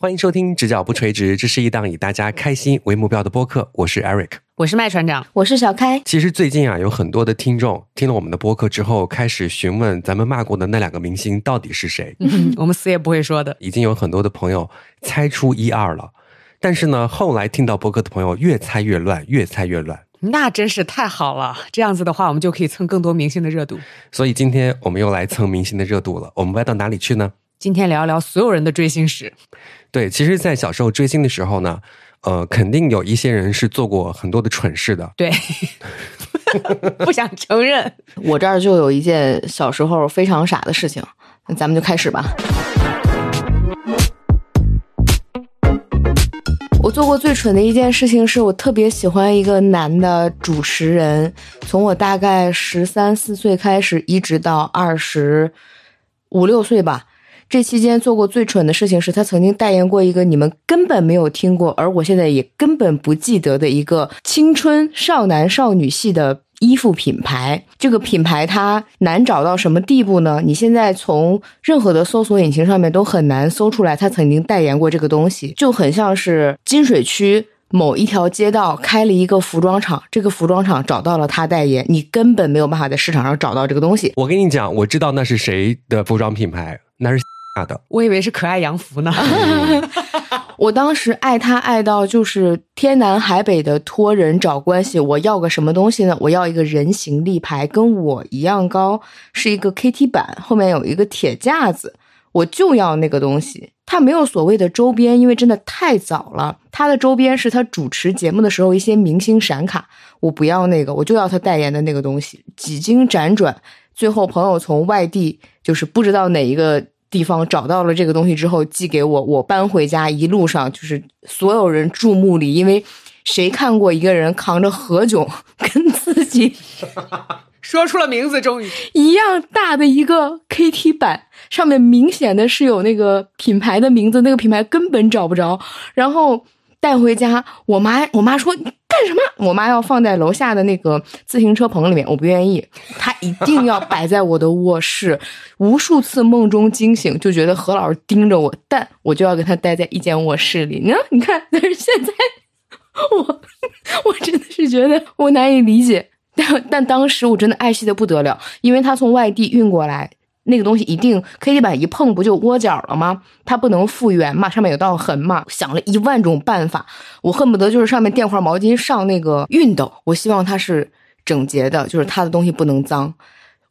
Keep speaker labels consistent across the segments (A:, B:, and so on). A: 欢迎收听《直角不垂直》，这是一档以大家开心为目标的播客。我是 Eric。
B: 我是麦船长，
C: 我是小开，
A: 其实最近啊，有很多的听众听了我们的播客之后，开始询问咱们骂过的那两个明星到底是 谁。
B: 嗯我们死也不会说的。
A: 已经有很多的朋友猜出一二了，但是呢，后来听到播客的朋友越猜越乱，越猜越乱。
B: 那真是太好了，这样子的话，我们就可以蹭更多明星的热度。
A: 所以今天我们又来蹭明星的热度了。我们歪到哪里去呢？
B: 今天聊一聊所有人的追星史，
A: 对，其实，在小时候追星的时候呢，呃，肯定有一些人是做过很多的蠢事的。
B: 对，不想承认。
C: 我这儿就有一件小时候非常傻的事情，那咱们就开始吧。我做过最蠢的一件事情，是我特别喜欢一个男的主持人，从我大概十三四岁开始，一直到二十五六岁吧。这期间做过最蠢的事情是，他曾经代言过一个你们根本没有听过，而我现在也根本不记得的一个青春少男少女系的衣服品牌。这个品牌它难找到什么地步呢？你现在从任何的搜索引擎上面都很难搜出来，他曾经代言过这个东西，就很像是金水区。某一条街道开了一个服装厂，这个服装厂找到了他代言，你根本没有办法在市场上找到这个东西。
A: 我跟你讲，我知道那是谁的服装品牌，那是 X 的。
B: 我以为是可爱洋服呢。
C: 嗯我当时爱他爱到就是天南海北的托人找关系，我要个什么东西呢？我要一个人形立牌，跟我一样高，是一个 KT 板，后面有一个铁架子，我就要那个东西。他没有所谓的周边，因为真的太早了。他的周边是他主持节目的时候一些明星闪卡，我不要那个，我就要他代言的那个东西。几经辗转，最后朋友从外地，就是不知道哪一个地方找到了这个东西之后寄给我，我搬回家，一路上就是所有人注目礼，因为谁看过一个人扛着何炅跟自己
B: 说出了名字，终于
C: 一样大的一个 KT 板，上面明显的是有那个品牌的名字，那个品牌根本找不着。然后带回家，我妈我妈说你干什么？我妈要放在楼下的那个自行车棚里面，我不愿意，她一定要摆在我的卧室。无数次梦中惊醒，就觉得何老师盯着我，但我就要跟他待在一间卧室里。你看，你看，但是现在我 我真的是觉得我难以理解。但但当时我真的爱惜的不得了，因为他从外地运过来，那个东西一定 K T 板一碰不就窝角了吗？它不能复原嘛，上面有道痕嘛。想了一万种办法，我恨不得就是上面垫块毛巾上那个熨斗，我希望它是整洁的，就是它的东西不能脏。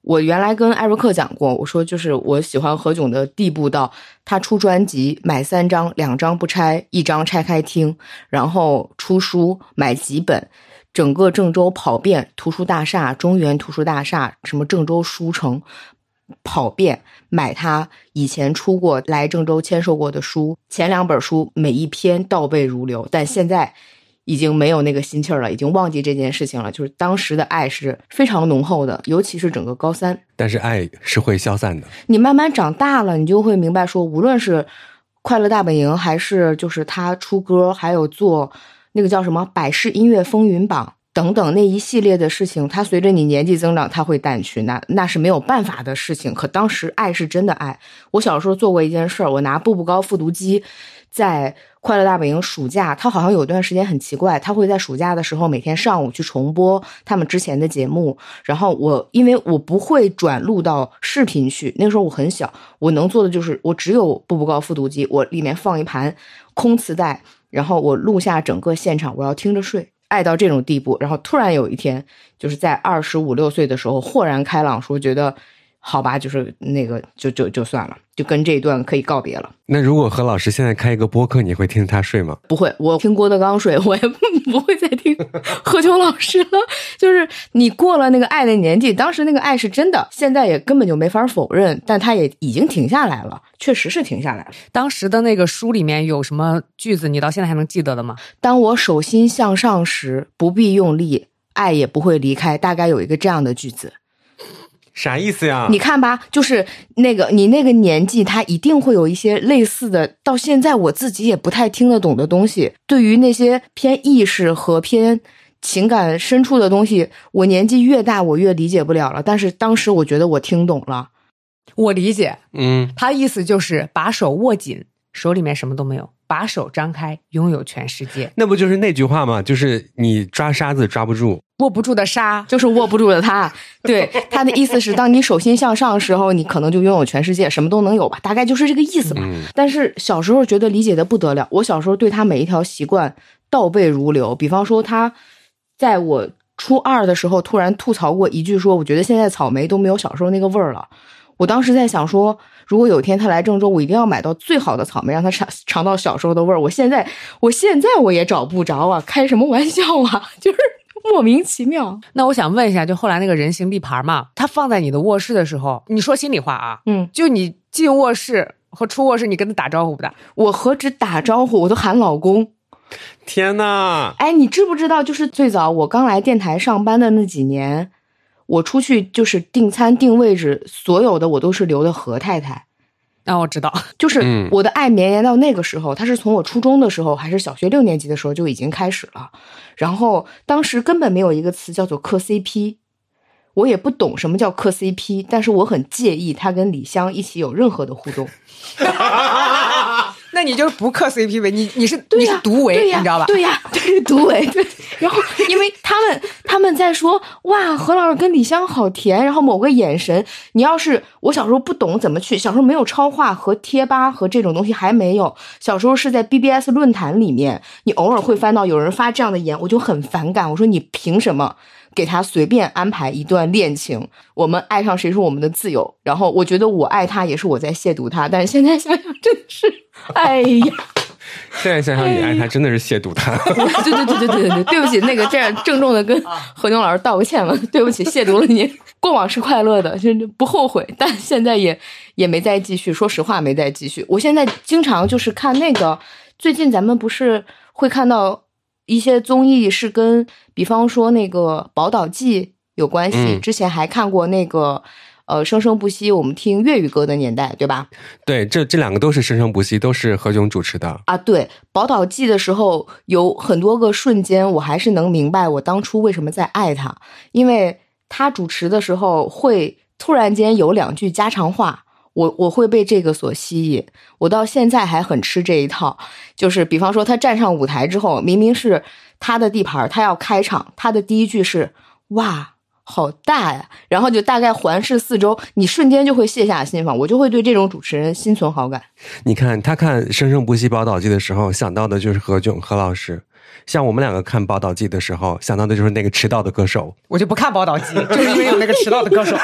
C: 我原来跟艾瑞克讲过，我说就是我喜欢何炅的地步到他出专辑买三张，两张不拆，一张拆开听，然后出书买几本，整个郑州跑遍图书大厦、中原图书大厦、什么郑州书城跑遍，买他以前出过来郑州签售过的书，前两本书每一篇倒背如流，但现在。已经没有那个心气儿了，已经忘记这件事情了。就是当时的爱是非常浓厚的，尤其是整个高三，
A: 但是爱是会消散的。
C: 你慢慢长大了，你就会明白说，无论是《快乐大本营》，还是就是他出歌，还有做那个叫什么《百事音乐风云榜》等等那一系列的事情，它随着你年纪增长，它会淡去，那那是没有办法的事情。可当时爱是真的爱。我小时候做过一件事儿，我拿步步高复读机。在《快乐大本营》暑假，它好像有段时间很奇怪，它会在暑假的时候每天上午去重播他们之前的节目，然后我因为我不会转录到视频去，那个时候我很小，我能做的就是我只有步步高复读机，我里面放一盘空磁带，然后我录下整个现场，我要听着睡，爱到这种地步。然后突然有一天，就是在二十五六岁的时候，豁然开朗，说觉得好吧，就是那个就就就算了，就跟这一段可以告别了。
A: 那如果何老师现在开一个播客，你会听他睡吗？
C: 不会，我听郭德纲睡， 我也不会再听何炅老师了。 就是你过了那个爱的年纪，当时那个爱是真的，现在也根本就没法否认，但他也已经停下来了，确实是停下来了。
B: 当时的那个书里面有什么句子，你到现在还能记得的吗？
C: 当我手心向上时，不必用力，爱也不会离开。大概有一个这样的句子。
A: 啥意思呀
C: 你看吧，就是那个你那个年纪，他一定会有一些类似的。到现在我自己也不太听得懂的东西，对于那些偏意识和偏情感深处的东西，我年纪越大，我越理解不了了。但是当时我觉得我听懂了，
B: 我理解，
A: 嗯，
B: 他意思就是把手握紧，手里面什么都没有。把手张开，拥有全世界。
A: 那不就是那句话吗？就是你抓沙子抓不住，
B: 握不住的沙，
C: 就是握不住的他。对他的意思是，当你手心向上的时候，你可能就拥有全世界，什么都能有吧，大概就是这个意思吧。
A: 嗯，
C: 但是小时候觉得理解的不得了，我小时候对他每一条习惯倒背如流。比方说，他在我初二的时候突然吐槽过一句说：“我觉得现在草莓都没有小时候那个味儿了。”我当时在想说，如果有一天他来郑州，我一定要买到最好的草莓，让他尝尝到小时候的味儿。我现在，我现在我也找不着啊，开什么玩笑啊！ 就是莫名其妙。
B: 那我想问一下，就后来那个人形立牌嘛，它放在你的卧室的时候，你说心里话啊，
C: 嗯，
B: 就你进卧室和出卧室，你跟他打招呼不打？
C: 我何止打招呼，我都喊老公。
A: 天呐，
C: 哎，你知不知道？就是最早我刚来电台上班的那几年，我出去就是订餐订位置，所有的我都是留的何太太。
B: 那、哦我知道，
C: 就是
A: 嗯
C: 我的爱绵延到那个时候，它是从我初中的时候还是小学六年级的时候就已经开始了。然后当时根本没有一个词叫做磕 CP，我也不懂什么叫磕 CP，但是我很介意他跟李湘一起有任何的互动。
B: 那你就是不磕 CP 呗？你你是、
C: 对
B: 你
C: 呀、
B: 是独唯，
C: 对
B: 你
C: 呀、
B: 知道吧？
C: 对呀、对是独唯。对，然后因为他们他们在说哇，何老师跟李湘好甜，然后某个眼神，你要是我小时候不懂怎么去，小时候没有超话和贴吧和这种东西还没有，小时候是在 BBS 论坛里面，你偶尔会翻到有人发这样的言，我就很反感，我说你凭什么？给他随便安排一段恋情，我们爱上谁是我们的自由。然后我觉得我爱他也是我在亵渎他，但是现在想 想真的是，哎呀，
A: 现在想想你爱他真的是亵渎他，
C: 对对对对对对对，对不起，那个这样郑重的跟何牛老师道个歉吧，对不起，亵渎了您。过往是快乐的，真的不后悔，但现在也也没再继续，说实话没再继续。我现在经常就是看那个，最近咱们不是会看到一些综艺是跟，比方说那个《宝岛记》有关系，
A: 嗯
C: 之前还看过那个。呃，生生不息，我们听粤语歌的年代，对吧？
A: 对，这这两个都是生生不息，都是何炅主持的，
C: 啊，对《宝岛记》的时候，有很多个瞬间，我还是能明白我当初为什么在爱他，因为他主持的时候会突然间有两句家常话，我我会被这个所吸引，我到现在还很吃这一套。就是比方说，他站上舞台之后，明明是他的地盘儿，他要开场，他的第一句是“哇”。好大呀！然后就大概环视四周，你瞬间就会卸下心防，我就会对这种主持人心存好感。
A: 你看他看《生生不息》《宝岛记》的时候，想到的就是何炅何老师；像我们两个看《宝岛记》的时候，想到的就是那个迟到的歌手。
B: 我就不看《宝岛记》， 就是因为有那个迟到的歌手，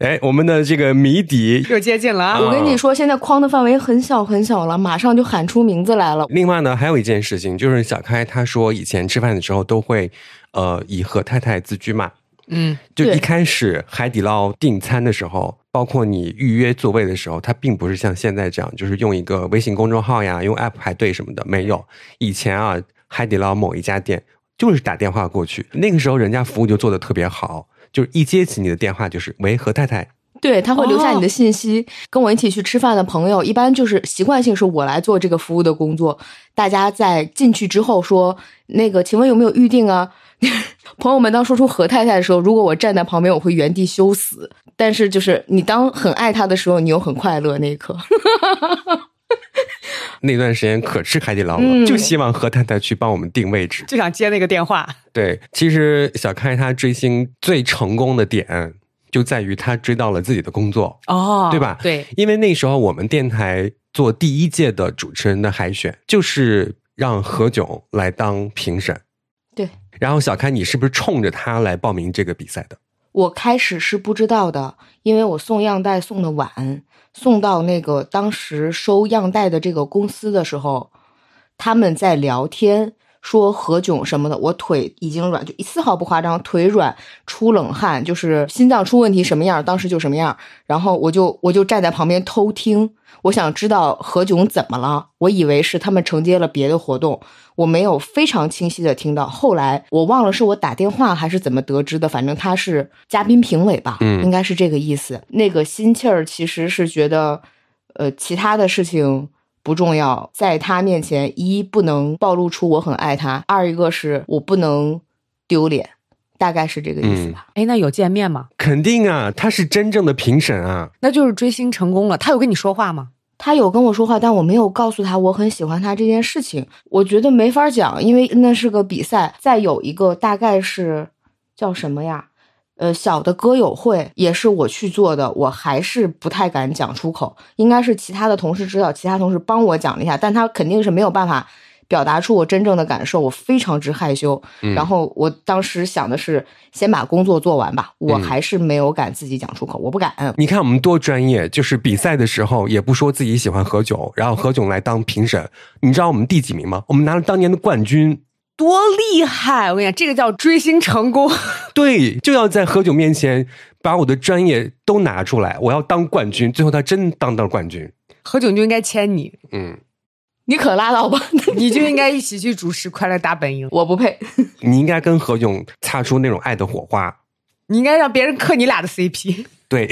A: 哎，我们的这个谜底。
B: 又接近了啊！
A: 嗯
C: 我跟你说，现在框的范围很小很小了，马上就喊出名字来了。
A: 另外呢，还有一件事情，就是小开他说以前吃饭的时候都会，呃，以何太太自居嘛。
B: 嗯，
A: 就
C: 对
A: 一开始海底捞订餐的时候，包括你预约座位的时候，它并不是像现在这样，就是用一个微信公众号呀，用 app 排队什么的，没有。以前啊，海底捞某一家店就是打电话过去，那个时候人家服务就做得特别好，就是一接起你的电话就是喂何太太，
C: 对，他会留下你
B: 哦
C: 的信息。跟我一起去吃饭的朋友，一般就是习惯性是我来做这个服务的工作。大家在进去之后说：“那个，请问有没有预定啊？” 朋友们当说出何太太的时候，如果我站在旁边，我会原地羞死。但是就是你当很爱他的时候，你又很快乐那一刻。
A: 那段时间可吃海底捞了，
C: 嗯
A: 就希望何太太去帮我们定位置。
B: 就想接那个电话。
A: 对，其实小开他追星最成功的点就在于他追到了自己的工作。
B: 哦，
A: 对吧
B: 对，
A: 因为那时候我们电台做第一届的主持人的海选，就是让何炅来当评审。
C: 对，
A: 然后小开，你是不是冲着他来报名这个比赛的？
C: 我开始是不知道的，因为我送样带送的晚，送到那个当时收样带的这个公司的时候，他们在聊天说何炅什么的，我腿已经软，就丝毫不夸张，腿软、出冷汗，就是心脏出问题什么样，当时就什么样。然后我就我就站在旁边偷听，我想知道何炅怎么了，我以为是他们承接了别的活动，我没有非常清晰的听到。后来我忘了是我打电话还是怎么得知的，反正他是嘉宾评委吧，
A: 嗯
C: 应该是这个意思。那个心气儿其实是觉得，呃，其他的事情。不重要，在他面前，一不能暴露出我很爱他，二一个是我不能丢脸，大概是这个意
A: 嗯
C: 思吧。
B: 哎，那有见面吗？
A: 肯定啊，他是真正的评审啊。
B: 那就是追星成功了。他有跟你说话吗？
C: 他有跟我说话，但我没有告诉他我很喜欢他这件事情。我觉得没法讲，因为那是个比赛。再有一个大概是叫什么呀？呃，小的歌友会也是我去做的，我还是不太敢讲出口。应该是其他的同事知道，其他同事帮我讲了一下，但他肯定是没有办法表达出我真正的感受，我非常之害羞。
A: 嗯
C: 然后我当时想的是，先把工作做完吧，我
A: 嗯
C: 还是没有敢自己讲出口，我不敢。
A: 你看我们多专业，就是比赛的时候也不说自己喜欢何炅，然后何炅来当评审。你知道我们第几名吗？我们拿了当年的冠军。
B: 多厉害！我跟你讲，这个叫追星成功。
A: 对，就要在何炅面前把我的专业都拿出来，我要当冠军。最后他真当到了冠军。
B: 何炅就应该签你，
A: 嗯，
C: 你可拉倒吧，
B: 你就应该一起去主持《快乐大本营》，
C: 我不配。
A: 你应该跟何炅擦出那种爱的火花。
B: 你应该让别人磕你俩的 CP。
A: 对，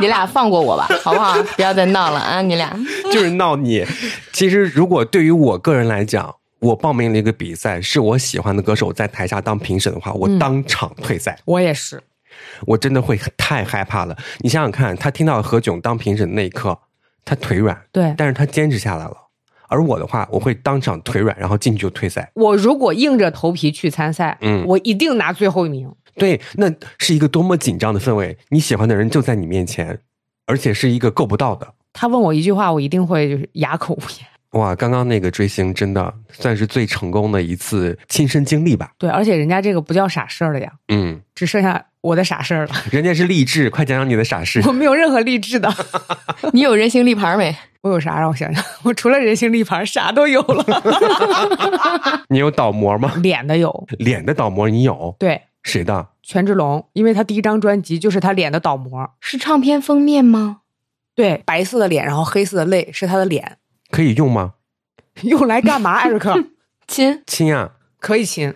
C: 你俩放过我吧，好不好？不要再闹了啊！你俩
A: 就是闹你。其实，如果对于我个人来讲，我报名了一个比赛，是我喜欢的歌手在台下当评审的话，我当场退赛，
B: 嗯我也是，
A: 我真的会太害怕了。你想想看，他听到何炅当评审那一刻，他腿软，
B: 对
A: 但是他坚持下来了。而我的话，我会当场腿软，然后进去就退赛。
B: 我如果硬着头皮去参赛，
A: 嗯
B: 我一定拿最后一名。
A: 对，那是一个多么紧张的氛围！你喜欢的人就在你面前，而且是一个够不到的。
B: 他问我一句话，我一定会就是哑口无言。
A: 哇，刚刚那个追星真的算是最成功的一次亲身经历吧？
B: 对，而且人家这个不叫傻事儿了呀，
A: 嗯，
B: 只剩下我的傻事儿了，
A: 人家是励志，快讲讲你的傻事
B: 我。没有任何励志的。
C: 你有人形立牌没？
B: 我有啥让我想 想？我除了人形立牌，啥都有了，
A: 你有倒模吗？
B: 脸的有，
A: 脸的倒模你有？
B: 对，
A: 谁的？
B: 权志龙，因为他第一张专辑就是他脸的倒模，
C: 是唱片封面吗？
B: 对，白色的脸，然后黑色的泪是他的脸，
A: 可以用吗？
B: 用来干嘛？艾瑞克
C: 亲，
A: 亲啊！
B: 可以亲。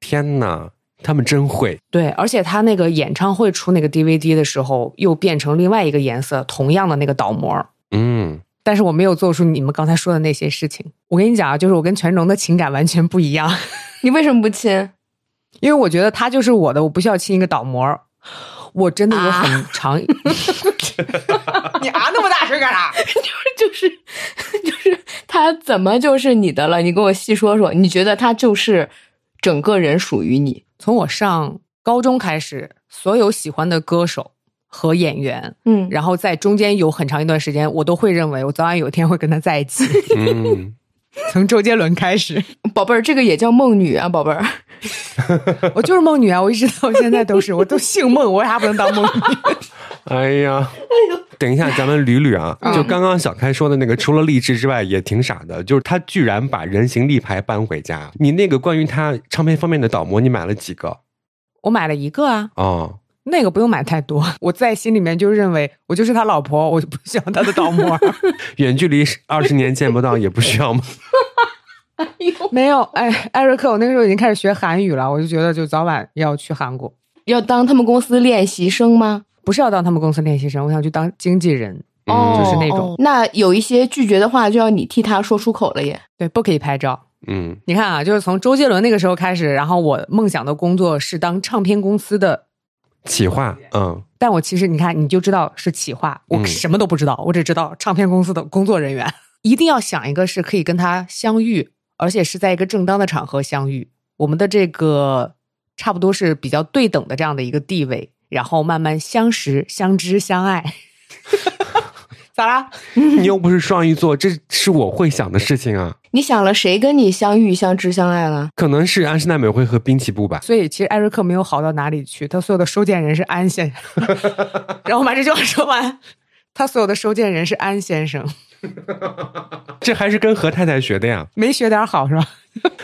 A: 天哪，他们真会！
B: 对，而且他那个演唱会出那个 DVD 的时候，又变成另外一个颜色，同样的那个倒模。
A: 嗯，
B: 但是我没有做出你们刚才说的那些事情。我跟你讲啊，就是我跟权志龙的情感完全不一样，
C: 你为什么不亲？
B: 因为我觉得他就是我的，我不需要亲一个倒模。我真的有
C: 啊
B: 很长， 你啊那么大声干啥？
C: 就是就是他怎么就是你的了？你跟我细说说，你觉得他就是整个人属于你？
B: 从我上高中开始，所有喜欢的歌手和演员，
C: 嗯
B: 然后在中间有很长一段时间，我都会认为我早晚有一天会跟他在一起。
A: 嗯，
B: 从周杰伦开始，
C: 宝贝儿，这个也叫梦女啊，宝贝 儿，
B: 我就是梦女啊，我一直到现在都 是，我都姓梦，我为啥不能当梦女？
A: 哎呀，等一下，咱们捋捋 啊。
B: 嗯
A: 就刚刚小开说的那个，除了励志之外，也挺傻的，就是他居然把人形立牌搬回家。你那个关于他唱片方面的倒模，你买了几个？
B: 我买了一个啊，
A: 哦，
B: 那个不用买太多，我在心里面就认为我就是他老婆，我就不需要他的倒 模。
A: 远距离二十年见不到也不需要吗？
B: 没有，哎，艾瑞克，我那个时候已经开始学韩语了，我就觉得就早晚要去韩国，
C: 要当他们公司练习生吗？
B: 不是要当他们公司练习生，我想去当经纪人，
C: 哦，
B: 嗯就是那种
C: 哦那有一些拒绝的话，就要你替他说出口了耶。
B: 对，不可以拍照。
A: 嗯
B: 你看啊，就是从周杰伦那个时候开始，然后我梦想的工作是当唱片公司的，
A: 企划，嗯，
B: 但我其实你看你就知道是企划，我
A: 嗯
B: 什么都不知道，我只知道唱片公司的工作人员。 一定要想一个是可以跟他相遇，而且是在一个正当的场合相遇。我们的这个差不多是比较对等的这样的一个地位，然后慢慢相识、相知、相爱。咋啦？
A: 你又不是双鱼座，这是我会想的事情啊。
C: 你想了，谁跟你相遇、相知、相爱了？
A: 可能是安室奈美惠和滨崎步吧。
B: 所以其实艾瑞克没有好到哪里去，他所有的收件人是安先生。 然后我把这句话说完，他所有的收件人是安先生，
A: 这还是跟何太太学的呀。
B: 没学点好是吧？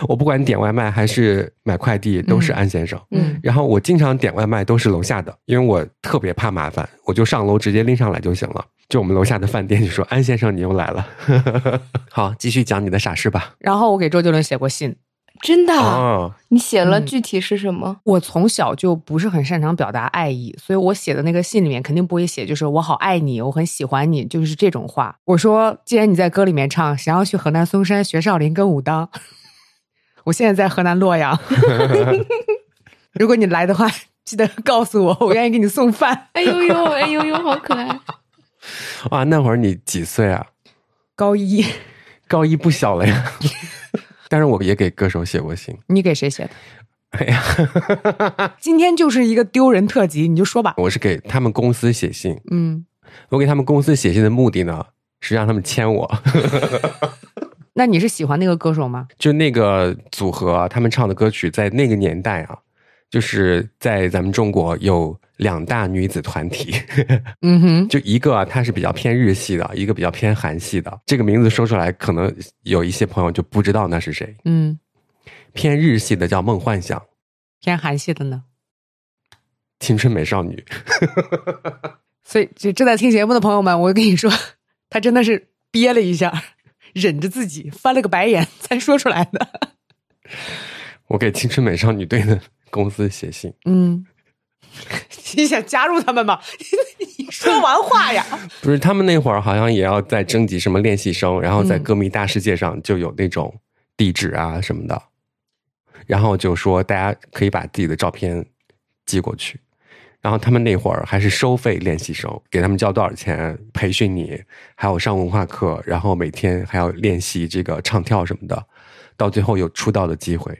A: 我不管点外卖还是买快递，都是安先生。
C: 嗯
A: 然后我经常点外卖都是楼下的，因为我特别怕麻烦，我就上楼直接拎上来就行了。就我们楼下的饭店就说：“安先生，你又来了。” 好，继续讲你的傻事吧。
B: 然后我给周杰伦写过信，
C: 真的啊？
A: 哦，
C: 你写了
B: 嗯
C: 具体是什么？
B: 我从小就不是很擅长表达爱意，所以我写的那个信里面肯定不会写，就是我好爱你，我很喜欢你，就是这种话。我说，既然你在歌里面唱，想要去河南嵩山学少林跟武当， 我现在在河南洛 阳，如果你来的
C: 哎
B: 话，记得告诉我，我愿意给你送饭。
C: 哎呦呦，哎呦呦，好可爱！
A: 啊，那会儿你几岁啊？
B: 高一，
A: 高一不小了呀。 但是我也给歌手写过信，
B: 你给谁写的？
A: 哎呀，
B: 今天就是一个丢人特辑，你就说吧。
A: 我是给他们公司写信。
B: 嗯，
A: 我给他们公司写信的目的呢，是让他们签我。
B: 那你是喜欢那个歌手吗？
A: 就那个组合啊、他们唱的歌曲，在那个年代啊，就是在咱们中国有两大女子团体，
B: 嗯哼，
A: 就一个啊，它是比较偏日系的，一个比较偏韩系的。这个名字说出来，可能有一些朋友就不知道那是谁。
B: 嗯，
A: 偏日系的叫梦幻想、
B: 偏韩系的呢。
A: 青春美少女，
B: 所以就正在听节目的朋友们，我跟你说，他真的是憋了一下，忍着自己翻了个白眼才说出来的。
A: 我给青春美少女队的公司写信。
B: 嗯， 你想加入他们吗？ 你说完话呀。
A: 不是，他们那会儿好像也要在征集什么练习生，然后在歌迷大世界上就有那种地址啊什么的，然后就说大家可以把自己的照片寄过去。然后他们那会儿还是收费练习生，给他们交多少钱培训你，还有上文化课，然后每天还要练习这个唱跳什么的，到最后有出道的机会。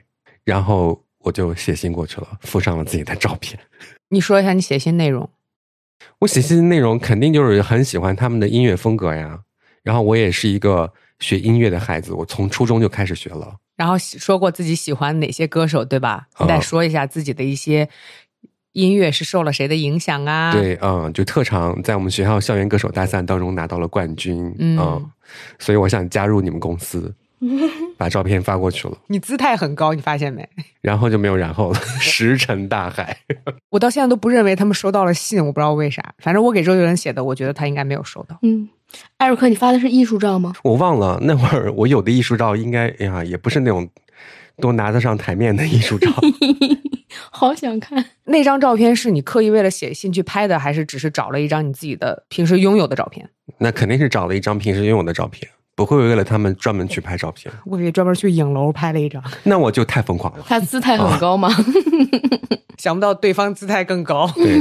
A: 然后我就写信过去了，附上了自己的照片。
B: 你说一下你写信内容。
A: 我写信的内容肯定就是很喜欢他们的音乐风格呀。然后我也是一个学音乐的孩子，我从初中就开始学了。
B: 然后喜说过自己喜欢哪些歌手，对吧？你再
A: 啊
B: 说一下自己的一些音乐是受了谁的影响啊？，
A: 对，嗯，就特长在我们学校校园歌手大赛当中拿到了冠军，
B: 嗯
A: 所以我想加入你们公司，把照片发过去了，
B: 你姿态很高，你发现没？
A: 然后就没有然后了， 石沉大海。
B: 我到现在都不认为他们收到了信，我不知道为啥。反正我给周杰伦写的，我觉得他应该没有收到。
C: 嗯，艾瑞克，你发的是艺术照吗？
A: 我忘了那会儿我有的艺术照应该，哎呀，也不是那种都拿得上台面的艺 术照，
C: 好想看。
B: 那张照片是你刻意为了写信去拍的，还是只是找了一张你自己的平时拥有的照片？
A: 那肯定是找了一张平时拥有的照片，不会为了他们专门去拍照片。
B: 我以为专门去影楼拍了一张，
A: 那我就太疯狂了。
C: 他姿态很高吗？
B: 想不到对方姿态更高。
A: 对，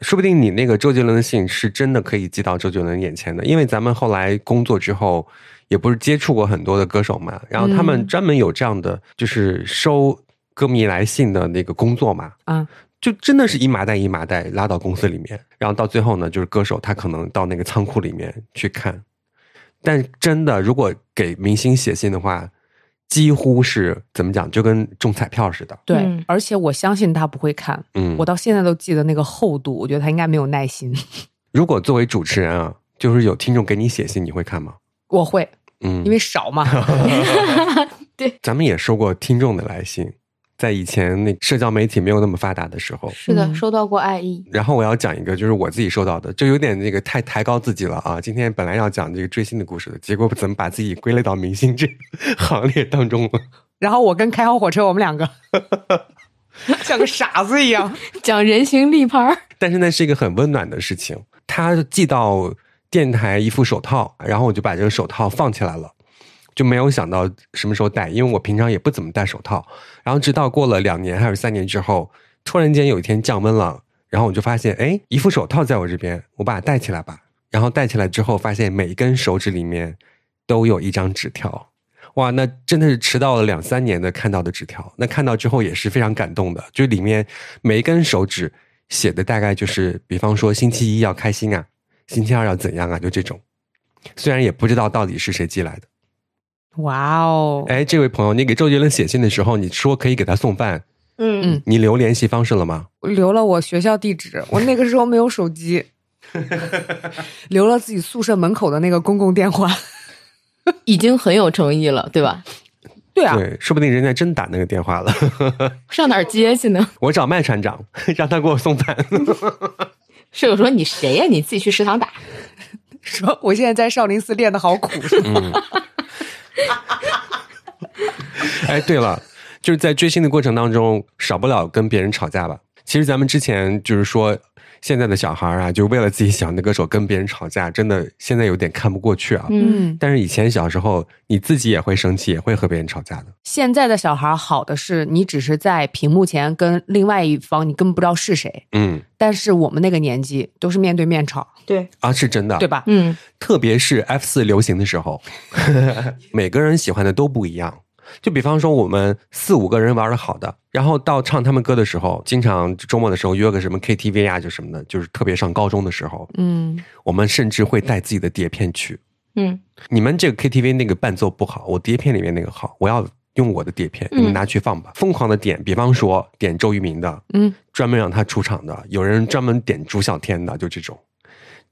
A: 说不定你那个周杰伦的信是真的可以寄到周杰伦眼前的，因为咱们后来工作之后，也不是接触过很多的歌手嘛，然后他们
B: 嗯
A: 专门有这样的就是收歌迷来信的那个工作嘛，
B: 啊，
A: 就真的是一麻袋一麻袋拉到公司里面，然后到最后呢，就是歌手他可能到那个仓库里面去看，但真的如果给明星写信的话，几乎是怎么讲，就跟中彩票似的，
B: 对，
C: 嗯
B: 而且我相信他不会看，
A: 嗯，
B: 我到现在都记得那个厚度，我觉得他应该没有耐心。
A: 如果作为主持人啊，就是有听众给你写信，你会看吗？
B: 我会，
A: 嗯，
B: 因为少嘛。
A: 咱们也收过听众的来信，在以前那社交媒体没有那么发达的时候。
C: 是的，
B: 嗯
C: 收到过爱意。
A: 然后我要讲一个，就是我自己收到的，就有点那个太抬高自己了啊！今天本来要讲这个追星的故事的，结果怎么把自己归类到明星这 行列当中了？
B: 然后我跟开好火车，我们两个像个傻子一 样。
C: 讲人形立牌儿，
A: 但是那是一个很温暖的事情。他寄到电台一副手套，然后我就把这个手套放起来了，就没有想到什么时候戴，因为我平常也不怎么戴手套。然后直到过了两年还是三年之后，突然间有一天降温了，然后我就发现，哎，一副手套在我这边，我把它戴起来吧。然后戴起来之后，发现每一根手指里面都有一张纸条。哇，那真的是迟到了两三年的看到的纸条。那看到之后也是非常感动的，就里面每一根手指写的大概就是，比方说星期一要开心啊，星期二要怎样啊，就这种。虽然也不知道到底是谁寄来的。
B: 哇哦，
A: 哎，这位朋友，你给周杰伦写信的时候，你说可以给他送饭，
C: 嗯
B: 嗯
A: 你留联系方式了吗？
B: 我留了我学校地址，我那个时候没有手 机，留了自己宿舍门口的那个公共电 话。
C: 已经很有诚意了，对吧？
B: 对啊，
A: 对，说不定人家真打那个电话了。
C: 上哪儿接去呢？
A: 我找麦船长，让他给我送饭。
C: 舍友说：“你谁呀、你自己去食堂打。
B: 说我现在在少林寺练的好苦， 是吗
A: 嗯 哎，对了，就是在追星的过程当中，少不了跟别人吵架吧。其实咱们之前就是说，现在的小孩儿啊，就为了自己喜欢的歌手跟别人吵架，真的现在有点看不过去啊。
C: 嗯，
A: 但是以前小时候，你自己也会生气，也会和别人吵架的。
B: 现在的小孩儿好的是，你只是在屏幕前跟另外一方，你根本不知道是谁。
A: 嗯，
B: 但是我们那个年纪都是面对面吵，
C: 对，
A: 啊，是真的，
B: 对？吧？
C: 嗯
A: 特别是 F 四流行的时候， 每个人喜欢的都不一样。就比方说，我们四五个人玩的好的，然后到唱他们歌的时候，经常周末的时候约个什么 KTV 啊，就什么的，就是特别上高中的时候，
B: 嗯，
A: 我们甚至会带自己的碟片去。
C: 嗯
A: 你们这个 KTV 那个伴奏不好，我碟片里面那个好，我要用我的碟片，你们
C: 嗯
A: 拿去放吧。疯狂的点，比方说点周渝民的，
B: 嗯，
A: 专门让他出场的，有人专门点朱孝天的，就这种。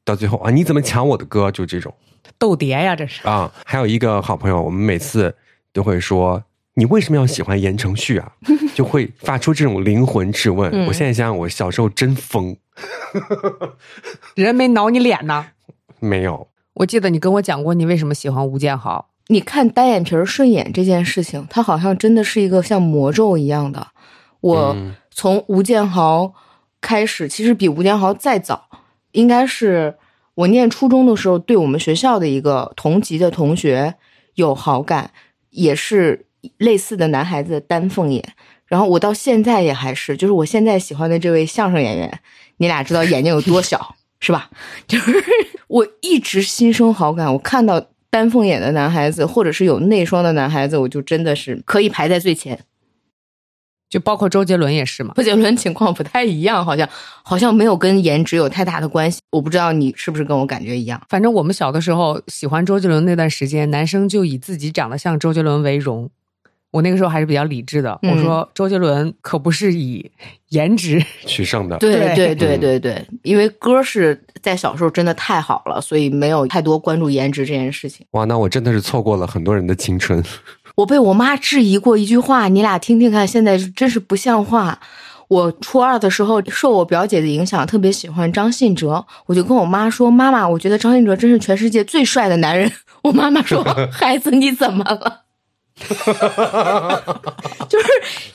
A: 到最后啊，你怎么抢我的歌？就这种
B: 斗碟呀， 这是。
A: 啊。还有一个好朋友，我们每次都会说。你为什么要喜欢言承旭啊？ 就会发出这种灵魂质问。
C: 嗯
A: 我现在想想，我小时候真疯，
B: 人没挠你脸呢。
A: 没有
B: 我记得你跟我讲过你为什么喜欢吴建豪，
C: 你看单眼皮儿顺眼这件事情，它好像真的是一个像魔咒一样的。我
A: 嗯
C: 从吴建豪开始，其实比吴建豪再早，应该是我念初中的时候，对我们学校的一个同级的同学有好感，也是类似的男孩子的丹凤眼。然后我到现在也还是，就是我现在喜欢的这位相声演员，你俩知道眼睛有多小 是吧？就是我一直心生好感，我看到丹凤眼的男孩子，或者是有内双的男孩子，我就真的是可以排在最前。
B: 就包括周杰伦也是嘛。
C: 周杰伦情况不太一样，好像好像没有跟颜值有太大的关系，我不知道你是不是跟我感觉一样。
B: 反正我们小的时候喜欢周杰伦那段时间，男生就以自己长得像周杰伦为荣。我那个时候还是比较理智的，
C: 嗯
B: 我说周杰伦可不是以颜值，
A: 取胜的。
C: 对
B: 对
C: 对对对对，因为歌是在小时候真的太好了，所以没有太多关注颜值这件事情。
A: 哇，那我真的是错过了很多人的青春。
C: 我被我妈质疑过一句话，你俩听听看，现在真是不像话。我初二的时候，受我表姐的影响，特别喜欢张信哲，我就跟我妈说：“妈妈，我觉得张信哲真是全世界最帅的男人。”我妈妈 说：“孩子，你怎么了？”就是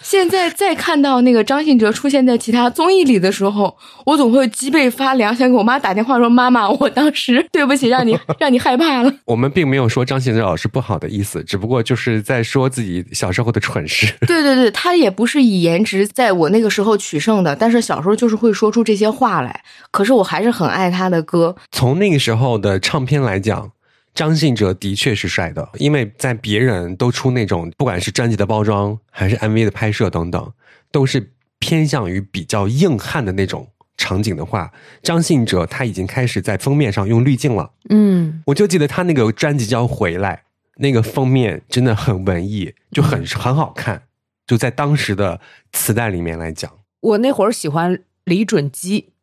C: 现在再看到那个张信哲出现在其他综艺里的时候，我总会脊背发凉，想给我妈打电话说：“妈妈，我当时对不起，让你让你害怕了。”
A: 我们并没有说张信哲老师不好的意思，只不过就是在说自己小时候的蠢事。
C: 对对对，他也不是以颜值在我那个时候取胜的，但是小时候就是会说出这些话来。可是我还是很爱他的歌，
A: 从那个时候的唱片来讲，张信哲的确是帅的，因为在别人都出那种不管是专辑的包装还是 MV 的拍摄等等，都是偏向于比较硬汉的那种场景的话，张信哲他已经开始在封面上用滤镜了。
B: 嗯，
A: 我就记得他那个专辑叫《回来》，那个封面真的很文艺，就很很好看，就在当时的磁带里面来讲。
B: 我那会儿喜欢李准基，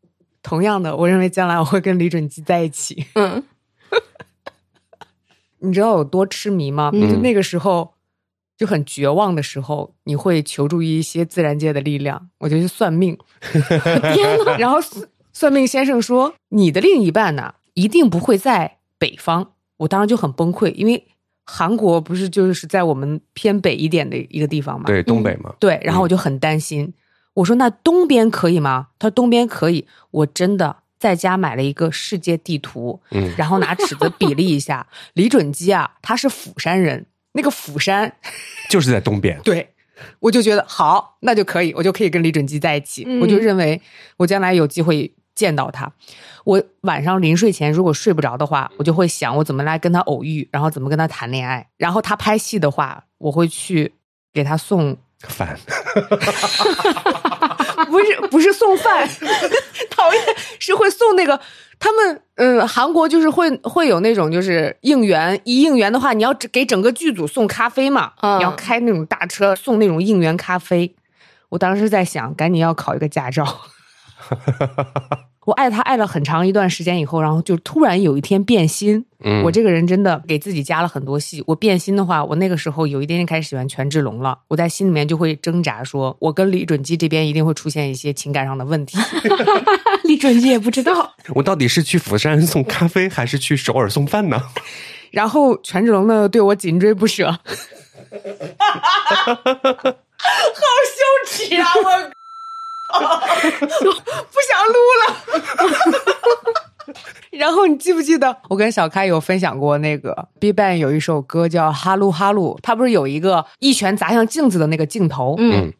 B: 同样的，我认为将来我会跟李准基在一起。
C: 嗯，
B: 你知道有多痴迷吗？
C: 嗯
B: 就那个时候就很绝望的时候，你会求助于一些自然界的力量，我就去算命。
C: 天呐，
B: 然后算算命先生说：“你的另一半呢、一定不会在北方。”我当时就很崩溃，因为韩国不是就是在我们偏北一点的一个地方嘛。
A: 对，东北嘛，
B: 对，然后我就很担心，我说：“那东边可以吗？”他说：“东边可以。”我真的在家买了一个世界地图，
A: 嗯
B: 然后拿尺子比了一下。李准基啊，他是釜山人，那个釜山，
A: 就是在东边。
B: 对，我就觉得好，那就可以，我就可以跟李准基在一起。
C: 嗯
B: 我就认为我将来有机会见到他。我晚上临睡前如果睡不着的话，我就会想我怎么来跟他偶遇，然后怎么跟他谈恋爱。然后他拍戏的话，我会去给他送，
A: 反
B: 不是不是送 饭，讨厌， 是会送那个。他们嗯，韩国就是会会有那种就是应援，一应援的话，你要只给整个剧组送咖啡嘛，
C: 嗯
B: 你要开那种大车送那种应援咖啡。我当时在想，赶紧要考一个驾照。 我爱他爱了很长一段时间以后，然后就突然有一天变心。
A: 嗯
B: 我这个人真的给自己加了很多戏。我变心的话，我那个时候有一点点开始喜欢权志龙了。我在心里面就会挣扎说，我跟李准基这边一定会出现一些情感上的问题。
C: 李准基也不知道，
A: 我到底是去釜山送咖啡，还是去首尔送饭呢？
B: 然后权志龙呢对我紧追不舍，好羞耻啊！我不想录了。 然后你记不记得我跟小开有分享过那个 B i g Bang 有一首歌叫《哈鲁哈鲁》，它不是有一个一拳砸向镜子的那个镜头？
C: 嗯，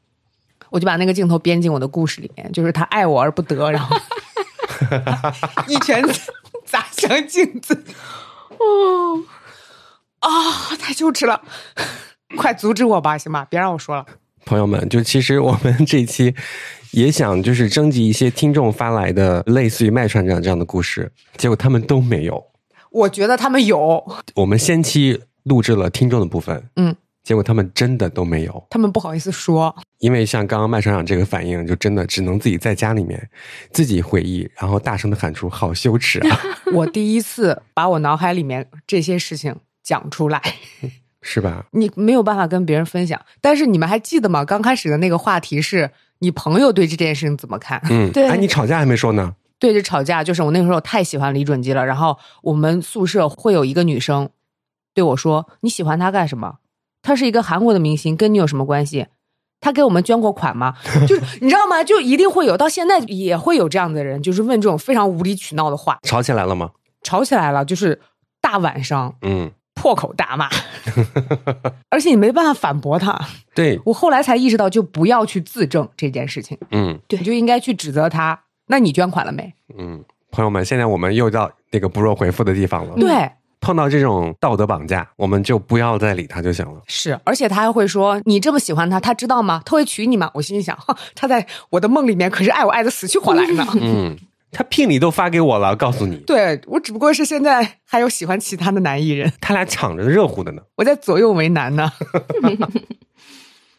B: 我就把那个镜头编进我的故事里面，就是他爱我而不得，然后 一拳砸向镜子。
C: 哦，
B: 啊、太羞耻了！ 快阻止我吧，行吧，别让我说了。
A: 朋友们，就其实我们这一期也想就是征集一些听众发来的类似于麦船长这样的故事，结果他们都没有。
B: 我觉得他们有，
A: 我们先期录制了听众的部分，
B: 嗯，
A: 结果他们真的都没有，
B: 他们不好意思说。
A: 因为像刚刚麦船长这个反应，就真的只能自己在家里面自己回忆，然后大声的喊出“好羞耻啊
B: 我第一次把我脑海里面这些事情讲出来，”，
A: 是吧？
B: 你没有办法跟别人分享。但是你们还记得吗？刚开始的那个话题是你朋友对这件事情怎么看？
A: 嗯，
C: 对
A: 哎，你吵架还没说呢，
B: 对着吵架，就是我那个时候太喜欢李准基了。然后我们宿舍会有一个女生对我说：“你喜欢他干什么？他是一个韩国的明星，跟你有什么关系？他给我们捐过款吗？” 就是你知道吗？就一定会有，到现在也会有这样的人，就是问这种非常无理取闹的话，
A: 吵起来了吗？
B: 吵起来了，就是大晚上
A: 嗯，
B: 破口大 骂，而且你没办法反驳他。
A: 对，
B: 我后来才意识到，就不要去自证这件事情，
A: 嗯
C: 对
B: 你就应该去指责他。那你捐款了没？
A: 嗯，朋友们，现在我们又到那个不若回复的地方了。
B: 对。
A: 碰到这种道德绑架，我们就不要再理他就行了。
B: 是，而且他还会说：“你这么喜欢他，他知道吗？他会娶你吗？”我心里想，哼他在我的梦里面可是爱我爱的死去活来呢。
A: 嗯，他聘礼都发给我了，告诉你，
B: 对我只不过是现在还有喜欢其他的男艺人，
A: 他俩抢着热乎的呢。
B: 我在左右为难 呢。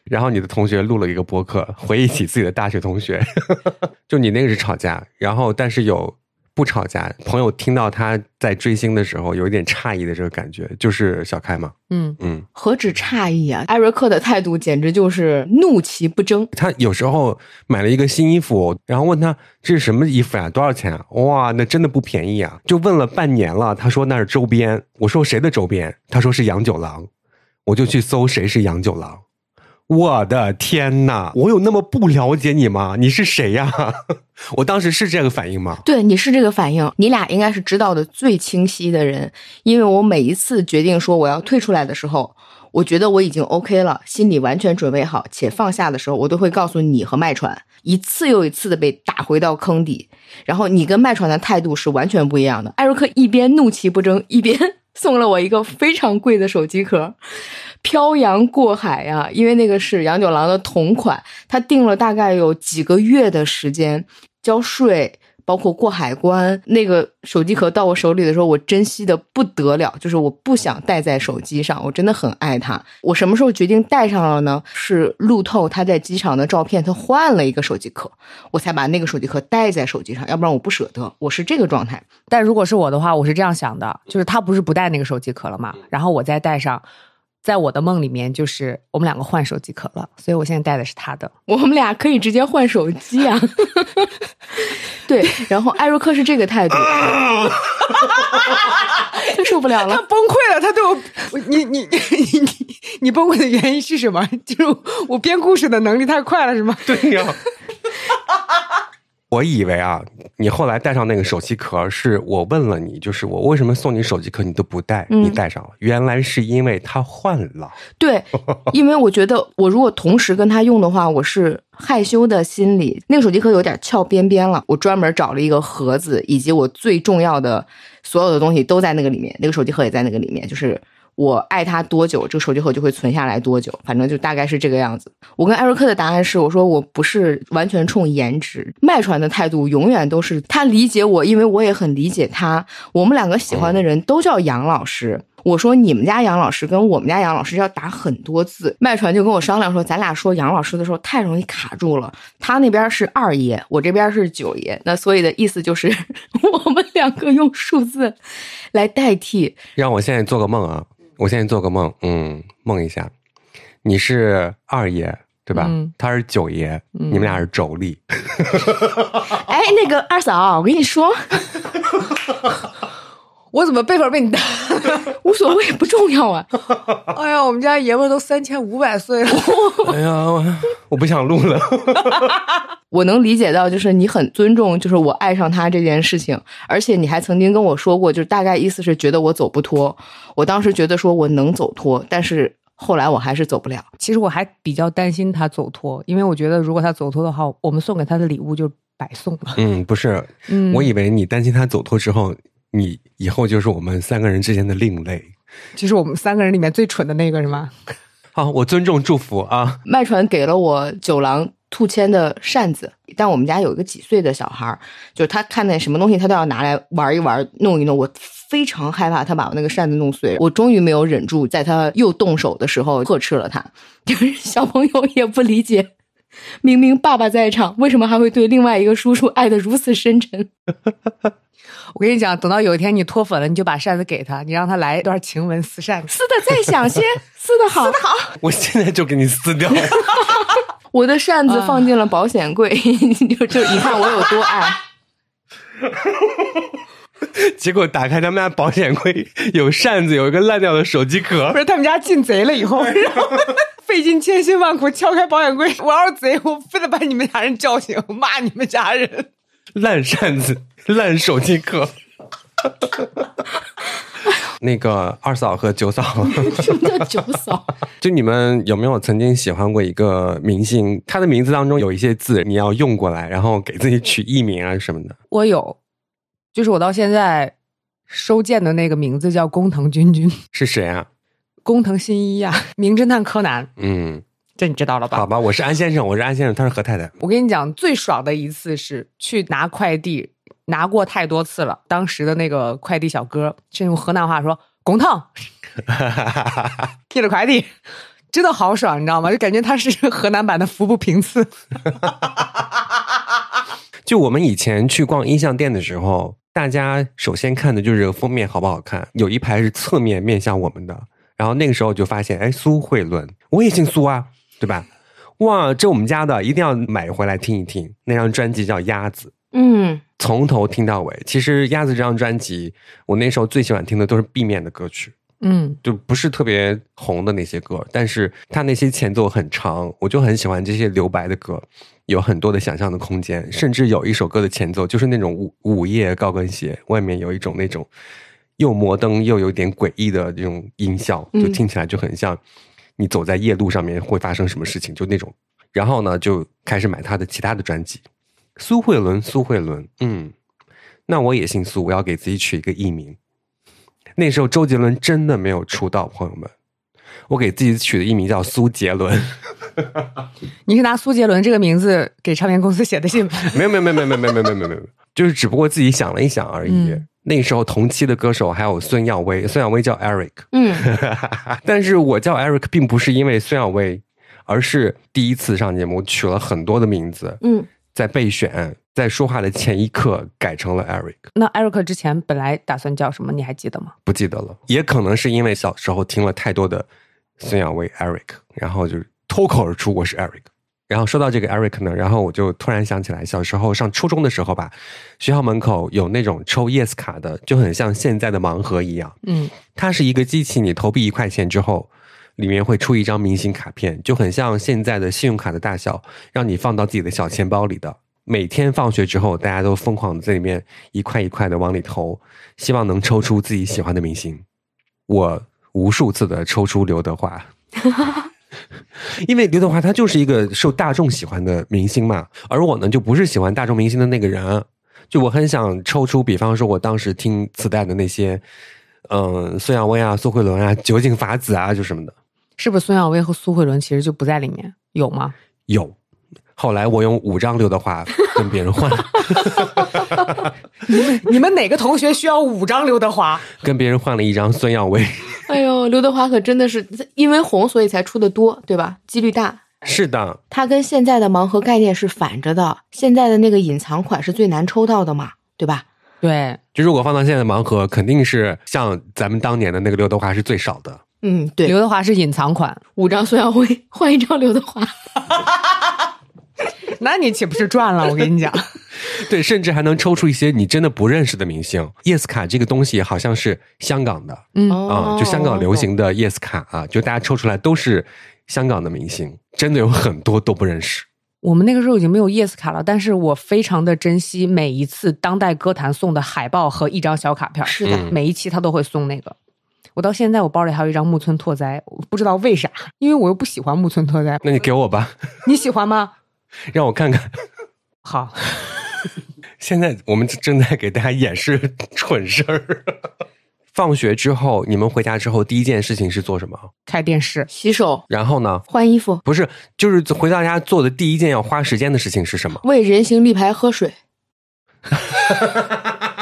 A: 然后你的同学录了一个播客，回忆起自己的大学同学， 就你那个是吵架，然后但是有不吵架，朋友听到他在追星的时候有一点诧异的这个感觉，就是小开嘛，
B: 嗯，
A: 嗯，
C: 何止诧异啊！艾瑞克的态度简直就是怒其不争。
A: 他有时候买了一个新衣服，然后问他这是什么衣服呀、多少钱啊？哇，那真的不便宜啊！就问了半年了，他说那是周边，我说谁的周边？他说是杨九郎，我就去搜谁是杨九郎。我的天呐，我有那么不了解你吗？你是谁呀、 我当时是这个反应吗？
C: 对，你是这个反应，你俩应该是知道的最清晰的人，因为我每一次决定说我要退出来的时候，我觉得我已经 OK 了，心里完全准备好且放下的时候，我都会告诉你和麦传，一次又一次的被打回到坑底。然后你跟麦传的态度是完全不一样的。艾瑞克一边怒其不争，一边送了我一个非常贵的手机壳，漂洋过海呀、因为那个是杨九郎的同款，他订了大概有几个月的时间交税。包括过海关，那个手机壳到我手里的时候，我珍惜的不得了，就是我不想戴在手机上，我真的很爱它。我什么时候决定戴上了呢？是路透他在机场的照片，他换了一个手机壳，我才把那个手机壳戴在手机上，要不然我不舍得。我是这个状态。
B: 但如果是我的话，我是这样想的，就是他不是不带那个手机壳了嘛，然后我再带上，在我的梦里面就是我们两个换手机壳了，所以我现在带的是他的。
C: 我们俩可以直接换手机 啊。对，然后艾瑞克是这个 态度，他受不了
B: 他
C: 了。
B: 崩溃了，他对我，我你你你你你崩溃的原因是什么？ 就是我编故事的能力太快了，是吗？
A: 对呀、我以为啊，你后来带上那个手机壳，是我问了你，就是我为什么送你手机壳你都不带，
C: 嗯
A: 你带上了，原来是因为他换了。
C: 对，因为我觉得我如果同时跟他用的话，我是害羞的心理。那个手机壳有点翘边边了，我专门找了一个盒子，以及我最重要的所有的东西都在那个里面，那个手机壳也在那个里面，就是。我爱他多久，这个手机壳就会存下来多久，反正就大概是这个样子。我跟艾瑞克的答案是，我说我不是完全冲颜值，麦传的态度永远都是他理解我，因为我也很理解他。我们两个喜欢的人都叫杨老师。我说你们家杨老师跟我们家杨老师要打很多字，麦传就跟我商量说，咱俩说杨老师的时候太容易卡住了，他那边是二爷，我这边是九爷，那所以的意思就是 我们两个用数字来代替。
A: 让我现在做个梦啊！我现在做个梦，嗯，梦一下，你是二爷对吧？
B: 嗯
A: 他是九爷，你们俩是 妯娌。
C: 哎，那个二嫂，我跟你说，
B: 我怎么辈分被 你大？
C: 无所谓，不重要啊。
B: 哎呀，我们家爷们儿都三千五百岁了。
A: 哎呀，我我不想录了。
C: 我能理解到，就是你很尊重，就是我爱上他这件事情，而且你还曾经跟我说过，就是大概意思是觉得我走不脱。我当时觉得说我能走脱，但是后来我还是走不了。
B: 其实我还比较担心他走脱，因为我觉得如果他走脱的话，我们送给他的礼物就白送了。
A: 嗯，不是，
B: 嗯
A: 我以为你担心他走脱之后，你以后就是我们三个人之间的另类。
B: 就是我们三个人里面最蠢的那个是吗？
A: 好，我尊重祝福啊。
C: 麦传给了我九郎兔签的扇子，但我们家有一个几岁的小孩儿，就是他看见什么东西，他都要拿来玩一玩、弄一弄。我非常害怕他把我那个扇子弄碎，我终于没有忍住，在他又动手的时候呵斥了他。就是小朋友也不理解，明明爸爸在场，为什么还会对另外一个叔叔爱得如此深沉？
B: 我跟你讲，等到有一天你脱粉了，你就把扇子给他，你让他来一段情文撕扇子。
C: 撕的再 响些，撕的好，撕的好。
A: 我现在就给你撕掉。
C: 我的扇子放进了保险柜， 就就你看我有多爱。
A: 结果打开他们家保险柜，有扇子，有一个烂掉的手机壳
B: 不。是他们家进贼了以 后，然后费尽千辛万苦敲开保险柜， 我要是贼，我非得把你们家人叫醒，骂你们家人。
A: 烂扇子、 烂手机壳。 那个二嫂和九嫂，
C: 什么叫九嫂？
A: 就你们有没有曾经喜欢过一个明星？他的名字当中有一些字你要用过来，然后给自己取艺名啊什么的。
B: 我有，就是我到现在收件的那个名字叫工藤君君，
A: 是谁啊？
B: 工藤新一呀、啊名侦探柯南，
A: 嗯，
B: 这你知道了吧
A: 好？吧，我是安先生，我是安先生，他是何太太。
B: 我跟你讲，最爽的一次是去拿快递，拿过太多次了。当时的那个快递小哥是用河南话说“工烫”，递了快递， 真的好爽，你知道吗？就感觉他是河南版的服部平次。
A: 就我们以前去逛音像店的时候，大家首先看的就是封面好不好看，有一排是侧面面向我们的。然后那个时候就发现，哎，苏慧伦，我也姓苏啊，对吧？哇，这我们家的，一定要买回来听一听。那张专辑叫《鸭子》，
C: 嗯，
A: 从头听到尾。其实《鸭子》这张专辑，我那时候最喜欢听的都是 B 面的歌曲，
B: 嗯，
A: 就不是特别红的那些歌，但是它那些前奏很长，我就很喜欢这些留白的歌，有很多的想象的空间，甚至有一首歌的前奏就是那种午午夜高跟鞋，外面有一种那种又摩登又有点诡异的这种音效，
C: 嗯
A: 就听起来就很像你走在夜路上面会发生什么事情，就那种。然后呢，就开始买他的其他的专辑，苏慧伦，苏慧伦，嗯，那我也姓苏，我要给自己取一个艺名。那时候周杰伦真的没有出道，朋友们，我给自己取的艺名叫苏杰伦。
B: 你是拿苏杰伦这个名字给唱片公司写的信吗？
A: 没有没有没有没有没有没有没有没有没有，就是只不过自己想了一想而已。
B: 嗯
A: 那时候同期的歌手还有孙耀威，孙耀威叫 Eric，
C: 嗯，
A: 但是我叫 Eric 并不是因为孙耀威，而是第一次上节目取了很多的名字，
C: 嗯，
A: 在备选，在说话的前一刻改成了 Eric。
B: 那艾瑞克之前本来打算叫什么？你还记得吗？
A: 不记得了，也可能是因为小时候听了太多的孙耀威 Eric，然后就脱口而出我是 Eric。然后说到这个 Eric 呢，然后我就突然想起来，小时候上初中的时候吧，学校门口有那种抽 Yes 卡的，就很像现在的盲盒一样。
B: 嗯，
A: 它是一个机器，你投币一块钱之后，里面会出一张明信卡片，就很像现在的信用卡的大小，让你放到自己的小钱包里的。每天放学之后，大家都疯狂的在里面一块一块的往里投，希望能抽出自己喜欢的明星。我无数次的抽出刘德华，因为刘德华他就是一个受大众喜欢的明星嘛，而我呢就不是喜欢大众明星的那个人，啊就我很想抽出，比方说我当时听磁带的那些，嗯，孙耀威啊、苏慧伦啊、酒井法子啊，就什么的
B: 是不是孙耀威和苏慧伦其实就不在里面？有吗？
A: 有。后来我用五张刘德华跟别人换，
B: 你们哪个同学需要五张刘德华？
A: 跟别人换了一张孙耀威。
C: 哎呦，刘德华可真的是因为红所以才出的多，对吧？几率大。
A: 是的，
C: 它跟现在的盲盒概念是反着的，现在的那个隐藏款是最难抽到的嘛，对吧？
B: 对，
A: 就如果放到现在的盲盒，肯定是像咱们当年的那个刘德华是最少的。
C: 嗯，
B: 刘
C: 对，
B: 德华是隐藏款，
C: 五张孙耀 威 换一张刘德华，
B: 那你岂不是赚了？我跟你讲，
A: 对，甚至还能抽出一些你真的不认识的明星。Yes 卡这个东西好像是香港的
B: 嗯，
A: 啊、
C: 哦，
A: 就香港流行的 Yes 卡啊，就大家抽出来都是香港的明星，真的有很多都不认识。
B: 我们那个时候已经没有 Yes 卡了，但是我非常的珍惜每一次当代歌坛送的海报和一张小卡片儿，
C: 是的
A: 嗯
B: 每一期他都会送那个。我到现在我包里还有一张木村拓哉，我不知道为啥，因为我又不喜欢木村拓哉，
A: 那你给我吧，
B: 你喜欢吗？
A: 让我看看。
B: 好，
A: 现在我们正在给大家演示蠢事儿。放学之后，你们回家之后第一件事情是做什么？
B: 开电视，
C: 洗手、
A: 然后呢？
C: 换衣服、
A: 不是，就是回到家做的第一件要花时间的事情是什么？
C: 为人形立牌喝 水。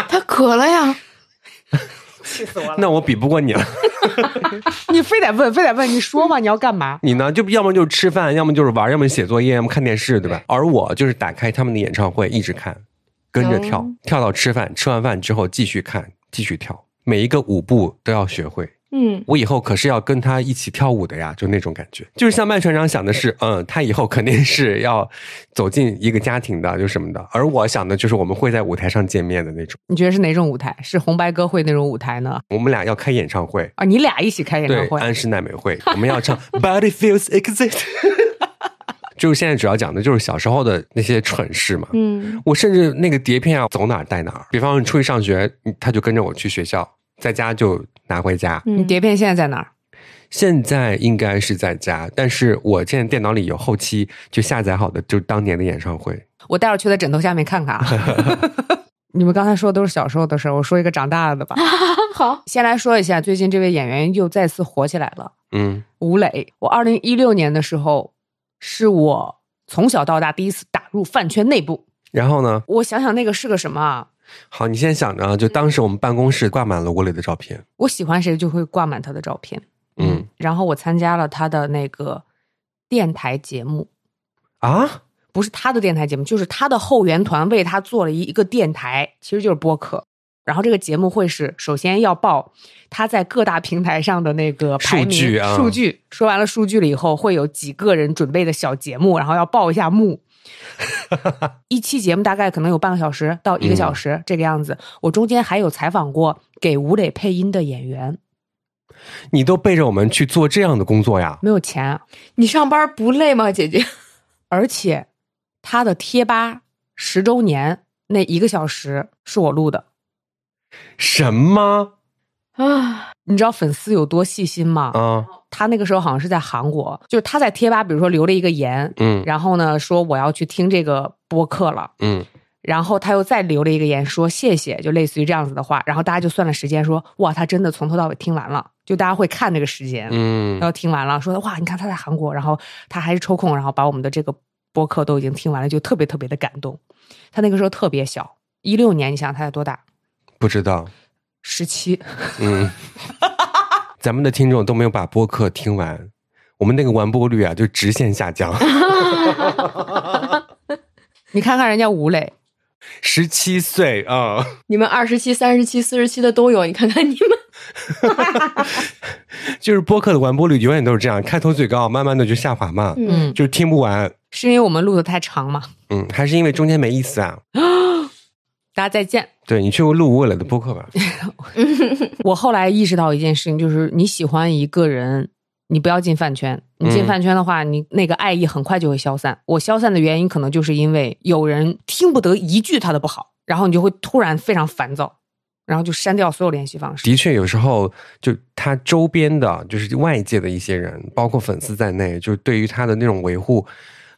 C: 他渴 了呀，
B: 气死我！
A: 那我比不过你了。
B: 你非得问，非得问，你说嘛，你要干嘛？
A: 你呢？就要么就是吃饭，要么就是玩，要么写作业，要么看电视，对吧？而我就是打开他们的演唱会，一直看，跟着跳，
C: 哦
A: 跳到吃饭，吃完饭之后继续看，继续跳，每一个舞步都要学会。
C: 嗯，
A: 我以后可是要跟他一起跳舞的呀，就那种感觉。就是像麦船长想的是，嗯，他以后肯定是要走进一个家庭的，就什么的。而我想的就是我们会在舞台上见面的那种，
B: 你觉得是哪种舞台？是红白歌会那种舞台呢？
A: 我们俩要开演唱会。
B: 啊，你俩一起开演唱
A: 对，
B: 会，
A: 安室奈美惠，我们要唱 Body Feels Exit。就是现在主要讲的就是小时候的那些蠢事嘛。
C: 嗯，
A: 我甚至那个碟片啊，走哪儿带哪儿。比方说你出去上学，嗯他就跟着我去学校，在家就拿回家。
B: 你
C: 嗯，
B: 碟片现在在哪儿？
A: 现在应该是在家，但是我现在电脑里有后期就下载好的，就是当年的演唱会。
B: 我待会儿去在枕头下面看看啊。你们刚才说的都是小时候的事儿，我说一个长大了的吧。
C: 啊好，
B: 先来说一下，最近这位演员又再次火起来了，
A: 嗯，
B: 吴磊。我二零一六年的时候，是我从小到大第一次打入饭圈内部。
A: 然后呢？
B: 我想想那个是个什么啊？
A: 好，你先想着啊，就当时我们办公室挂满了吴磊的照片。
B: 我喜欢谁就会挂满他的照片。
A: 嗯，
B: 然后我参加了他的那个电台节目，
A: 啊，
B: 不是他的电台节目，就是他的后援团为他做了一一个电台，其实就是播客。然后这个节目会是首先要报他在各大平台上的那个排名
A: 数据啊
B: 数据说完了数据了以后，会有几个人准备的小节目，然后要报一下 幕。一期节目大概可能有半个小时到一个小时、这个样子。我中间还有采访过给吴磊配音的演员，
A: 你都背着我们去做这样的工作呀？
B: 没有钱啊，
C: 你上班不累吗，姐姐？
B: 而且他的贴吧十周年那一个小时是我录的。
A: 什么？
C: 啊，
B: 你知道粉丝有多细心吗？
A: 啊，
B: 他那个时候好像是在韩国，就是他在贴吧，比如说留了一个言，
A: 嗯
B: 然后呢说我要去听这个播客了，
A: 嗯，
B: 然后他又再留了一个言说谢谢，就类似于这样子的话，然后大家就算了时间说哇，他真的从头到尾听完了，就大家会看这个时间，
A: 嗯
B: 然，后听完了说哇，你看他在韩国，然后他还是抽空，然后把我们的这个播客都已经听完了，就特别特别的感动。他那个时候特别小，一六年，你想想他才多大？
A: 不知道，
B: 十七。
A: 嗯， 咱们的听众都没有把播客听完，我们那个完播率啊就直线下降，
B: 你看看人家吴磊，
A: 十七岁啊、
C: 你们二十七、三十七、四十七的都有，你看看你们。
A: 就是播客的完播率永远都是这样，开头最高，慢慢的就下滑嘛，
B: 嗯，
A: 就是听不完，
B: 是因为我们录的太长嘛？
A: 嗯，还是因为中间没意思啊。
B: 大家再见。
A: 对你去录吴磊的播客吧，
B: 我后来意识到一件事情，就是你喜欢一个人，你不要进饭圈。你进
A: 嗯
B: 饭圈的话，你那个爱意很快就会消散。我消散的原因，可能就是因为有人听不得一句他的不好，然后你就会突然非常烦躁，然后就删掉所有联系方式。
A: 的确有时候就他周边的，就是外界的一些人，包括粉丝在内，就是对于他的那种维护，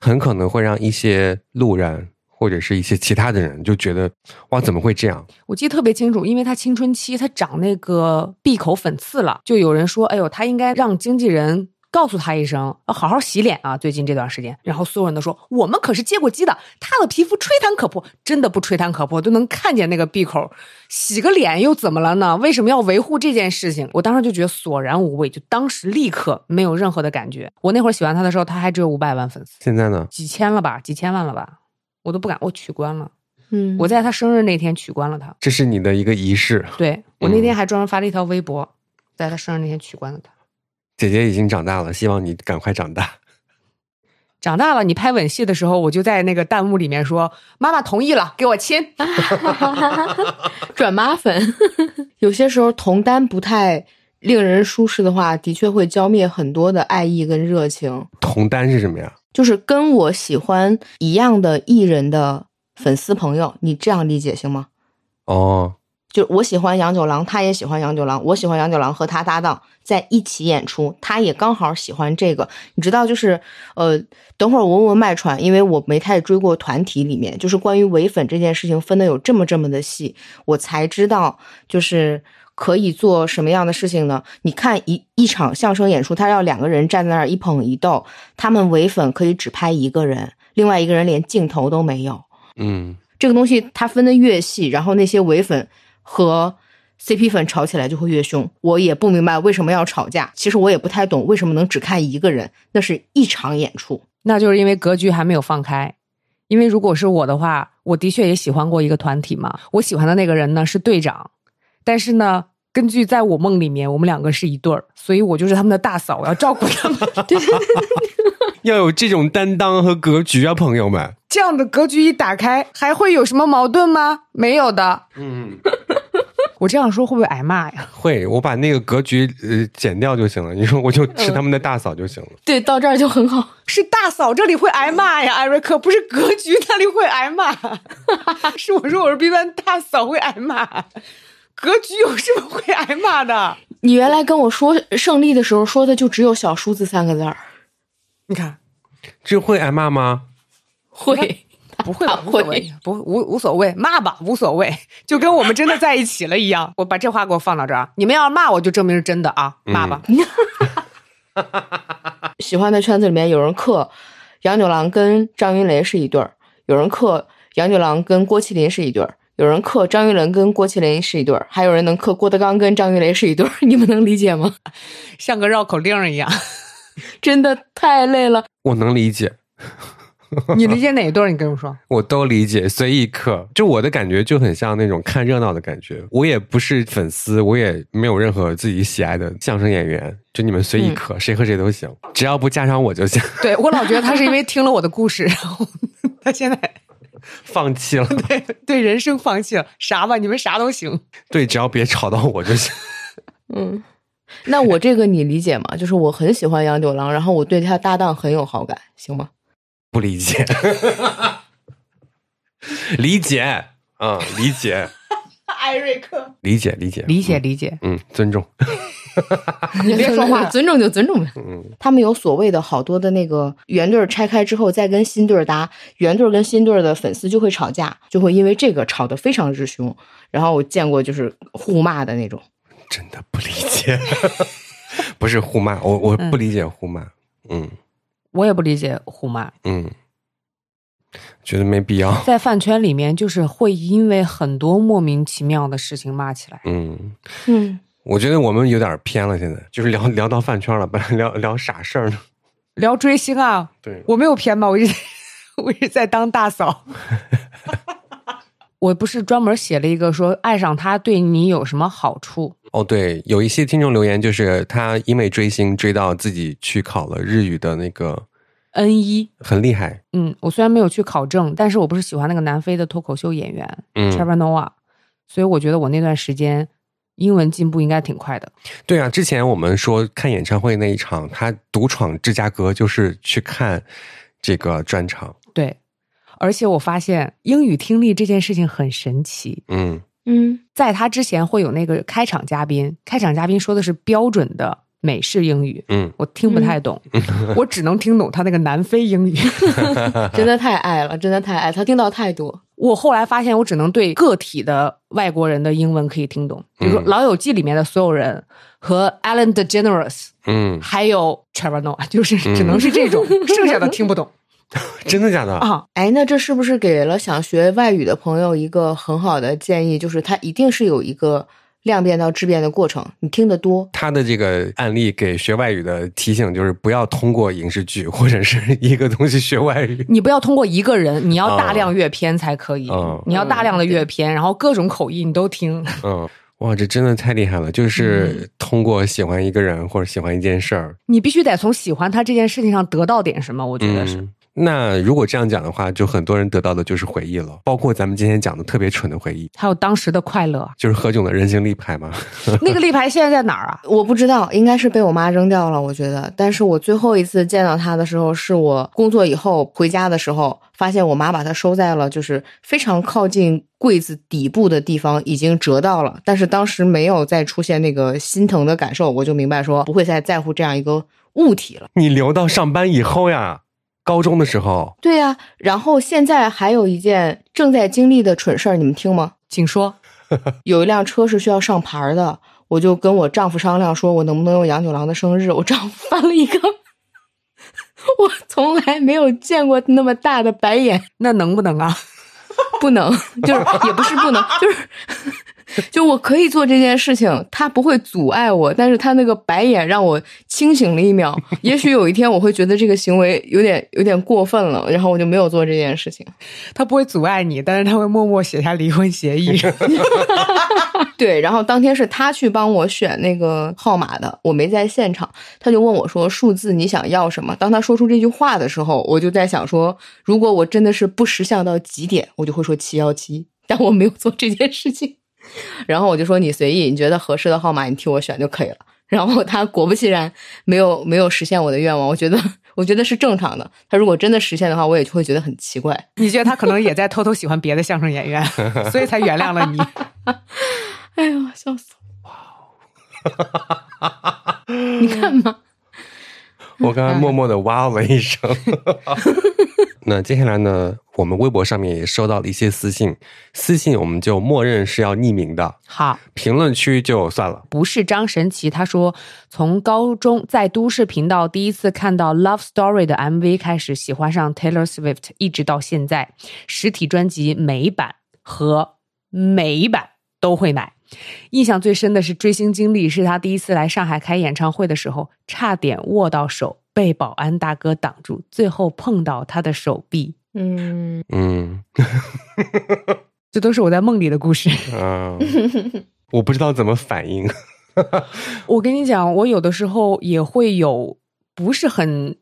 A: 很可能会让一些路人或者是一些其他的人就觉得哇，怎么会这样？
B: 我记得特别清楚，因为他青春期他长那个闭口粉刺了，就有人说：“哎呦，他应该让经纪人。”告诉他一声，要好好洗脸啊！最近这段时间，然后所有人都说我们可是接过机的，他的皮肤吹弹可破，真的不吹弹可破，都能看见那个闭口。洗个脸又怎么了呢？为什么要维护这件事情？我当时就觉得索然无味，就当时立刻没有任何的感觉。我那会儿喜欢他的时候，他还只有五百万粉丝，
A: 现在呢？
B: 几千了吧，几千万了吧，我都不敢，我取关了。
C: 嗯
B: 我在他生日那天取关了他。
A: 这是你的一个仪式。
B: 对我那天还专门发了一条微博，在他生日那天取关了他。
A: 姐姐已经长大了，希望你赶快长大。
B: 长大了，你拍吻戏的时候，我就在那个弹幕里面说：“妈妈同意了，给我亲。
C: 转妈粉。有些时候同担不太令人舒适的话，的确会浇灭很多的爱意跟热情。
A: 同担是什么呀？
C: 就是跟我喜欢一样的艺人的粉丝朋友，你这样理解行吗？
A: 哦，
C: 就我喜欢杨九郎，他也喜欢杨九郎，我喜欢杨九郎和他搭档在一起演出，他也刚好喜欢这个。你知道，就是呃，等会儿文文卖串，因为我没太追过团体里面，就是关于唯粉这件事情分的有这么这么的细，我才知道就是。可以做什么样的事情呢？你看一一场相声演出，他要两个人站在那儿一捧一逗，他们唯粉可以只拍一个人，另外一个人连镜头都没有。
A: 嗯，
C: 这个东西它分的越细，然后那些伪粉和 CP 粉吵起来就会越凶。我也不明白为什么要吵架，其实我也不太懂为什么能只看一个人，那是一场演出。”
B: 那就是因为格局还没有放开。因为如果是我的话，我的确也喜欢过一个团体嘛。我喜欢的那个人呢是队长，但是呢，根据在我梦里面，我们两个是一对儿，所以我就是他们的大嫂，我要照顾他们。
A: 要有这种担当和格局啊，朋友们。
B: 这样的格局一打开，还会有什么矛盾吗？没有的。
A: 嗯，
B: 我这样说会不会挨骂呀？
A: 会，我把那个格局呃剪掉就行了。你说
B: 嗯
A: 我就是他们的大嫂就行了。
C: 对，到这儿就很好。
B: 是大嫂这里会挨骂呀，艾瑞克，不是格局那里会挨骂，是我说我是 B 班大嫂会挨骂，格局有什么会挨骂的？
C: 你原来跟我说胜利的时候说的就只有“小叔子”三个字儿，
B: 你看，
A: 这会挨骂吗？
C: 会
B: 不会吧？
C: 他
B: 无所谓
C: 会，
B: 不无无所谓，骂吧，无所谓，就跟我们真的在一起了一样。我把这话给我放到这儿，你们要是骂我就证明是真的啊，骂吧。
C: 喜欢的圈子里面有人克杨九郎跟张云雷是一对儿，有人克杨九郎跟郭麒麟是一对儿，有人克张云雷跟郭麒麟是一对儿，还有人能克郭德纲跟张云雷是一对儿，你们能理解吗？
B: 像个绕口令儿一样。
C: 真的太累了。
A: 我能理解，
B: 你理解哪一对儿？你跟我说，
A: 我都理解，随意客。就我的感觉就很像那种看热闹的感觉。我也不是粉丝，我也没有任何自己喜爱的相声演员，就你们随
B: 嗯
A: 意客，谁和谁都行，只要不加上我就行。
B: 对我老觉得他是因为听了我的故事，然后 他现在
A: 放弃 了，
B: 对对人生放弃了，啥吧，你们啥都行。
A: 对，只要别吵到我就行。
C: 嗯，那我这个你理解吗？就是我很喜欢杨九郎，然后我对他搭档很有好感，行吗？
A: 不理解，理解啊、理解，
B: 艾瑞克，
A: 理解，理解，
B: 理解理解，
A: 嗯，尊重，
C: 你
B: 别说话了
C: 尊重就尊重呗。
A: 嗯，
C: 他们有所谓的好多的那个原对儿拆开之后再跟新对儿搭，原对儿跟新对儿的粉丝就会吵架，就会因为这个吵得非常之凶。然后我见过就是互骂的那种。
A: 真的不理解，不是互骂，我我不理解互骂，嗯
B: 我也不理解虎妈
A: 嗯，觉得没必要，
B: 在饭圈里面，就是会因为很多莫名其妙的事情骂起来。
A: 嗯，
C: 嗯，
A: 我觉得我们有点偏了，现在就是聊聊到饭圈了，本来聊聊啥事儿呢？
B: 聊追星啊，
A: 对，
B: 我没有偏吧？我一直我一直在当大嫂。我不是专门写了一个说爱上他对你有什么好处？
A: 哦，对，有一些听众留言就是他因为追星追到自己去考了日语的那个，
B: N 一，
A: 很厉害，
B: 嗯，我虽然没有去考证，但是我不是喜欢那个南非的脱口秀演员
A: 嗯
B: Trevor Noah，所以我觉得我那段时间英文进步应该挺快的。
A: 对啊，之前我们说看演唱会那一场，他独闯芝加哥，就是去看这个专场。
B: 对，而且我发现英语听力这件事情很神奇，
A: 嗯
C: 嗯，
B: 在他之前会有那个开场嘉宾，开场嘉宾说的是标准的美式英语，
A: 嗯，
B: 我听不太懂， 我只能听懂他那个南非 英语。
C: 真的太爱了，真的太爱，他听到太多。
B: 我后来发现，我只能对个体的外国人的英文可以听懂，比如说
A: 嗯
B: 《老友记》里面的所有人和 Alan DeGeneres，
A: 嗯，
B: 还有 Trevor Noah，就是
A: 嗯
B: 只能是 这种，剩下的听不懂
A: 真的假的？
B: 啊。
C: 哎，那这是不是给了想学外语的朋友一个很好的建议？就是他一定是有一个量变到质变的过程，你听得多，
A: 他的这个案例给学外语的提醒就是，不要通过影视剧或者是一个东西学外语。
B: 你不要通过一个人，你要大
A: 啊
B: 量阅片才可以。
A: 嗯
B: 你要大量的阅片，然后各种口译你都听。
A: 嗯，哇，这真的太厉害了！
B: 嗯
A: 就是通过喜欢一个人或者喜欢一件事儿，
B: 你必须得从喜欢他这件事情上得到点什么，我觉得是。
A: 嗯，那如果这样讲的话，就很多人得到的就是回忆了，包括咱们今天讲的特别蠢的回忆，。
B: 还有当时的快乐
A: 就是何炅的人形立牌嘛。
B: 那个立牌现在在哪儿啊？
C: 我不知道，应该是被我妈扔掉了，我觉得。但是我最后一次见到它的时候，是我工作以后回家的时候，发现我妈把它收在了就是非常靠近柜子底部的地方，已经折到了。但是当时没有再出现那个心疼的感受，我就明白说不会再在乎这样一个物体了。
A: 你留到上班以后呀，高中的时候，
C: 对呀、然后现在还有一件正在经历的蠢事儿，你们听吗？
B: 请说。
C: 有一辆车是需要上牌儿的，我就跟我丈夫商量，说我能不能用杨九郎的生日。我丈夫翻了一个，我从来没有见过那么大的白眼，
B: 那能不能啊？
C: 不能，就是也不是不能，就是就我可以做这件事情，他不会阻碍我，但是他那个白眼让我清醒了一秒。也许有一天我会觉得这个行为有点有点过分了，然后我就没有做这件事情。
B: 他不会阻碍你，但是他会默默写下离婚协 议。
C: 对，然后当天是他去帮我选那个号码的，我没在现场，他就问我说：“数字你想要什么？”当他说出这句话的时候，我就在想说，如果我真的是不识相到极点，我就会说七幺七，但我没有做这件事情。 然后我就说：“你随意，你觉得合适的号码，你替我选就可以了。”然后他果不其然没有没有实现我的愿望，我觉得我觉得是正常的。他如果真的实现的话，我也就会觉得很奇怪。
B: 你觉得他可能也在偷偷喜欢别的相声演 员，所以才原谅了你。
C: 哎呀，笑死
B: 哦
C: 我！哇，你干嘛？
B: 嗯
A: 我刚刚默默的哇了一 声。那接下来呢，我们微博上面也收到了一些私信，私信我们就默认是要匿名的，
B: 好，
A: 评论区就算了。
B: 不是张神奇，他说从高中在都市频道第一次看到《Love Story》的 MV 开始，喜欢上 Taylor Swift，一直到现在，实体专辑美版和美版都会买。印象最深的是追星经历，是他第一次来上海开演唱会的时候，差点握到手，被保安大哥挡住，最后碰到他的手臂。
C: 嗯。
A: 嗯
B: 这都是我在梦里的故事。
A: 啊，我不知道怎么反应。
B: 我跟你讲，我有的时候也会有不是很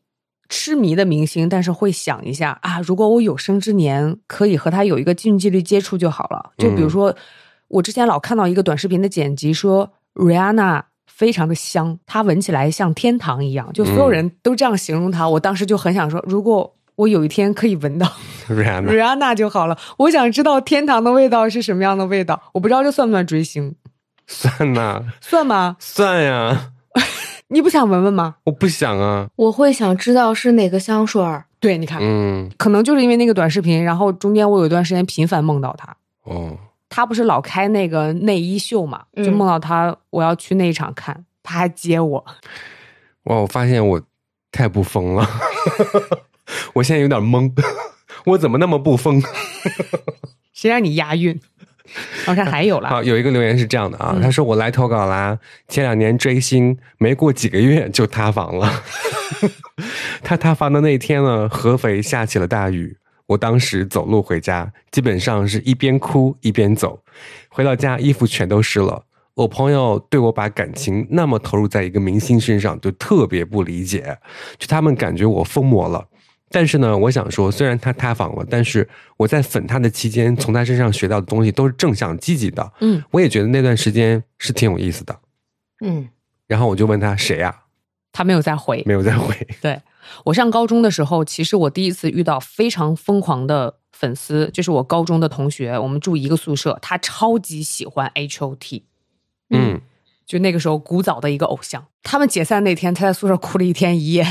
B: 痴迷的明星，但是会想一下啊，如果我有生之年可以和他有一个近距离接触就好了。就比如说，我之前老看到一个短视频的剪辑说，Rihanna。非常的香，她闻起来像天堂一样，就所有人都这样形容她。我当时就很想说，如果我有一天可以闻到
A: Rihanna，
B: Rihanna 就好了。我想知道天堂的味道是什么样的味道，我不知道这算不算追星，
A: 算呐、
B: 算吗？
A: 算呀、
B: 你不想闻闻吗？
A: 我不想啊。
C: 我会想知道是哪个香水儿。
B: 对，你看，
A: 嗯，
B: 可能就是因为那个短视频，然后中间我有一段时间频繁梦到他。
A: 哦，
B: 他不是老开那个内衣秀嘛，
C: 嗯
B: 就梦到他，我要去那一场看，他还接我。
A: 哇，我发现我太不疯了， 我现在有点懵， 我怎么那么不疯？
B: 谁让你押韵？我看还有了，嗯
A: 好，有一个留言是这样的啊，他说我来投稿啦，前两年追星，没过几个月就塌房了。他塌房的那天呢，合肥下起了大雨，我当时走路回家，基本上是一边哭一边走，回到家衣服全都湿了。我朋友对我把感情那么投入在一个明星身上，就特别不理解，就他们感觉我疯魔了。但是呢，我想说，虽然他塌房了，但是我在粉他的期间，从他身上学到的东西都是正向积极的。
B: 嗯，
A: 我也觉得那段时间是挺有意思的。
C: 嗯，
A: 然后我就问他谁呀、
B: 他没有再回。
A: 没有再回。
B: 对我上高中的时候，其实我第一次遇到非常疯狂的粉丝，就是我高中的同学，我们住一个宿舍，他超级喜欢 H O T，
A: 嗯，
B: 就那个时候古早的一个偶像。他们解散那天，他在宿舍哭了一天一夜。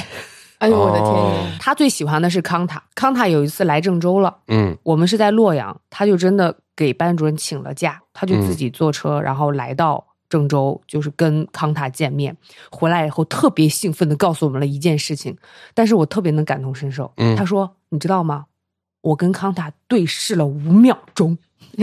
C: 哎呦我的天
A: 哦
C: 爷！
B: 他最喜欢的是康塔，康塔有一次来郑州了，
A: 嗯
B: 我们是在洛阳，他就真的给班主任请了假，他就自己坐车，然后来到郑州，就是跟康塔见面。回来以后特别兴奋的告诉我们了一件事情，但是我特别能感同身受。
A: 嗯
B: 他说：“你知道吗？我跟康塔对视了五秒钟。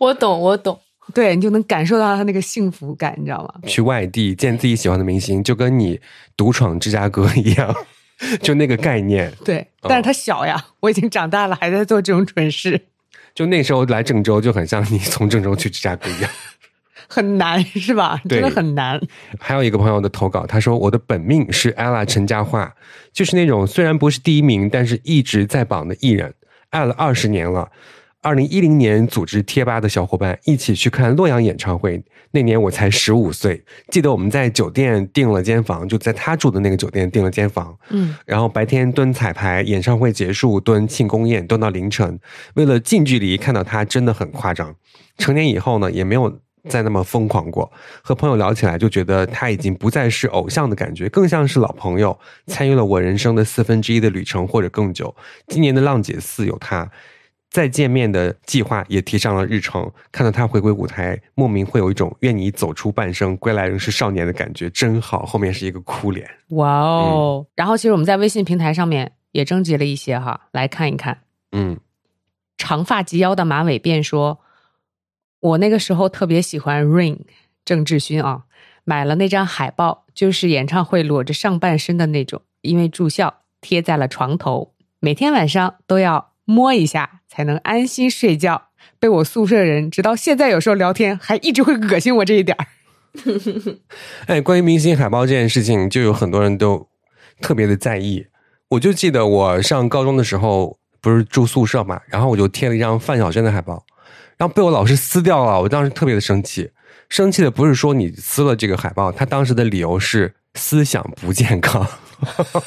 C: 我懂，我懂。
B: 对你就能感受到他那个幸福感，你知道吗？
A: 去外地见自己喜欢的明星，就跟你独闯芝加哥一样，就那个概念。
B: 对，但是他小呀，我已经长大了，还在做这种蠢事。
A: 就那时候来郑州，就很像你从郑州去芝加哥一样。
B: 很难 是吧？
A: 对
B: 真的很难。
A: 还有一个朋友的投稿，他说我的本命是 ella 陈嘉桦，就是那种虽然不是第一名，但是一直在榜的艺人，爱了二十年了。二零一零年组织贴吧的小伙伴一起去看洛阳演唱会，那年我才十五岁，记得我们在酒店订了间房，就在他住的那个酒店订了间房，
B: 嗯，
A: 然后白天蹲彩排，演唱会结束蹲庆功宴，蹲到凌晨。为了近距离看到他，真的很夸张。成年以后呢，也没有再那么疯狂过。和朋友聊起来，就觉得他已经不再是偶像的感觉，更像是老朋友，参与了我人生的四分之一的旅程或者更久。今年的浪姐四有他。再见面的计划也提上了日程，看到他回归舞台，莫名会有一种愿你走出半生，归来仍是少年的感觉，真好。后面是一个哭脸，
B: 哇哦！然后其实我们在微信平台上面也征集了一些哈，来看一看。
A: 嗯，
B: 长发及腰的马尾辫说：“我那个时候特别喜欢 Rain 郑智薰啊，买了那张海报，就是演唱会裸着上半身的那种，因为住校贴在了床头，每天晚上都要摸一下才能安心睡觉。被我宿舍人直到现在有时候聊天还一直会恶心我这一点儿。
A: 哎，关于明星海报这件事情，就有很多人都特别的在意。我就记得我上高中的时候，不是住宿舍嘛，然后我就贴了一张范晓萱的海报，然后被我老师撕掉了。我当时特别的生气，生气的不是说你撕了这个海报，他当时的理由是思想不健康。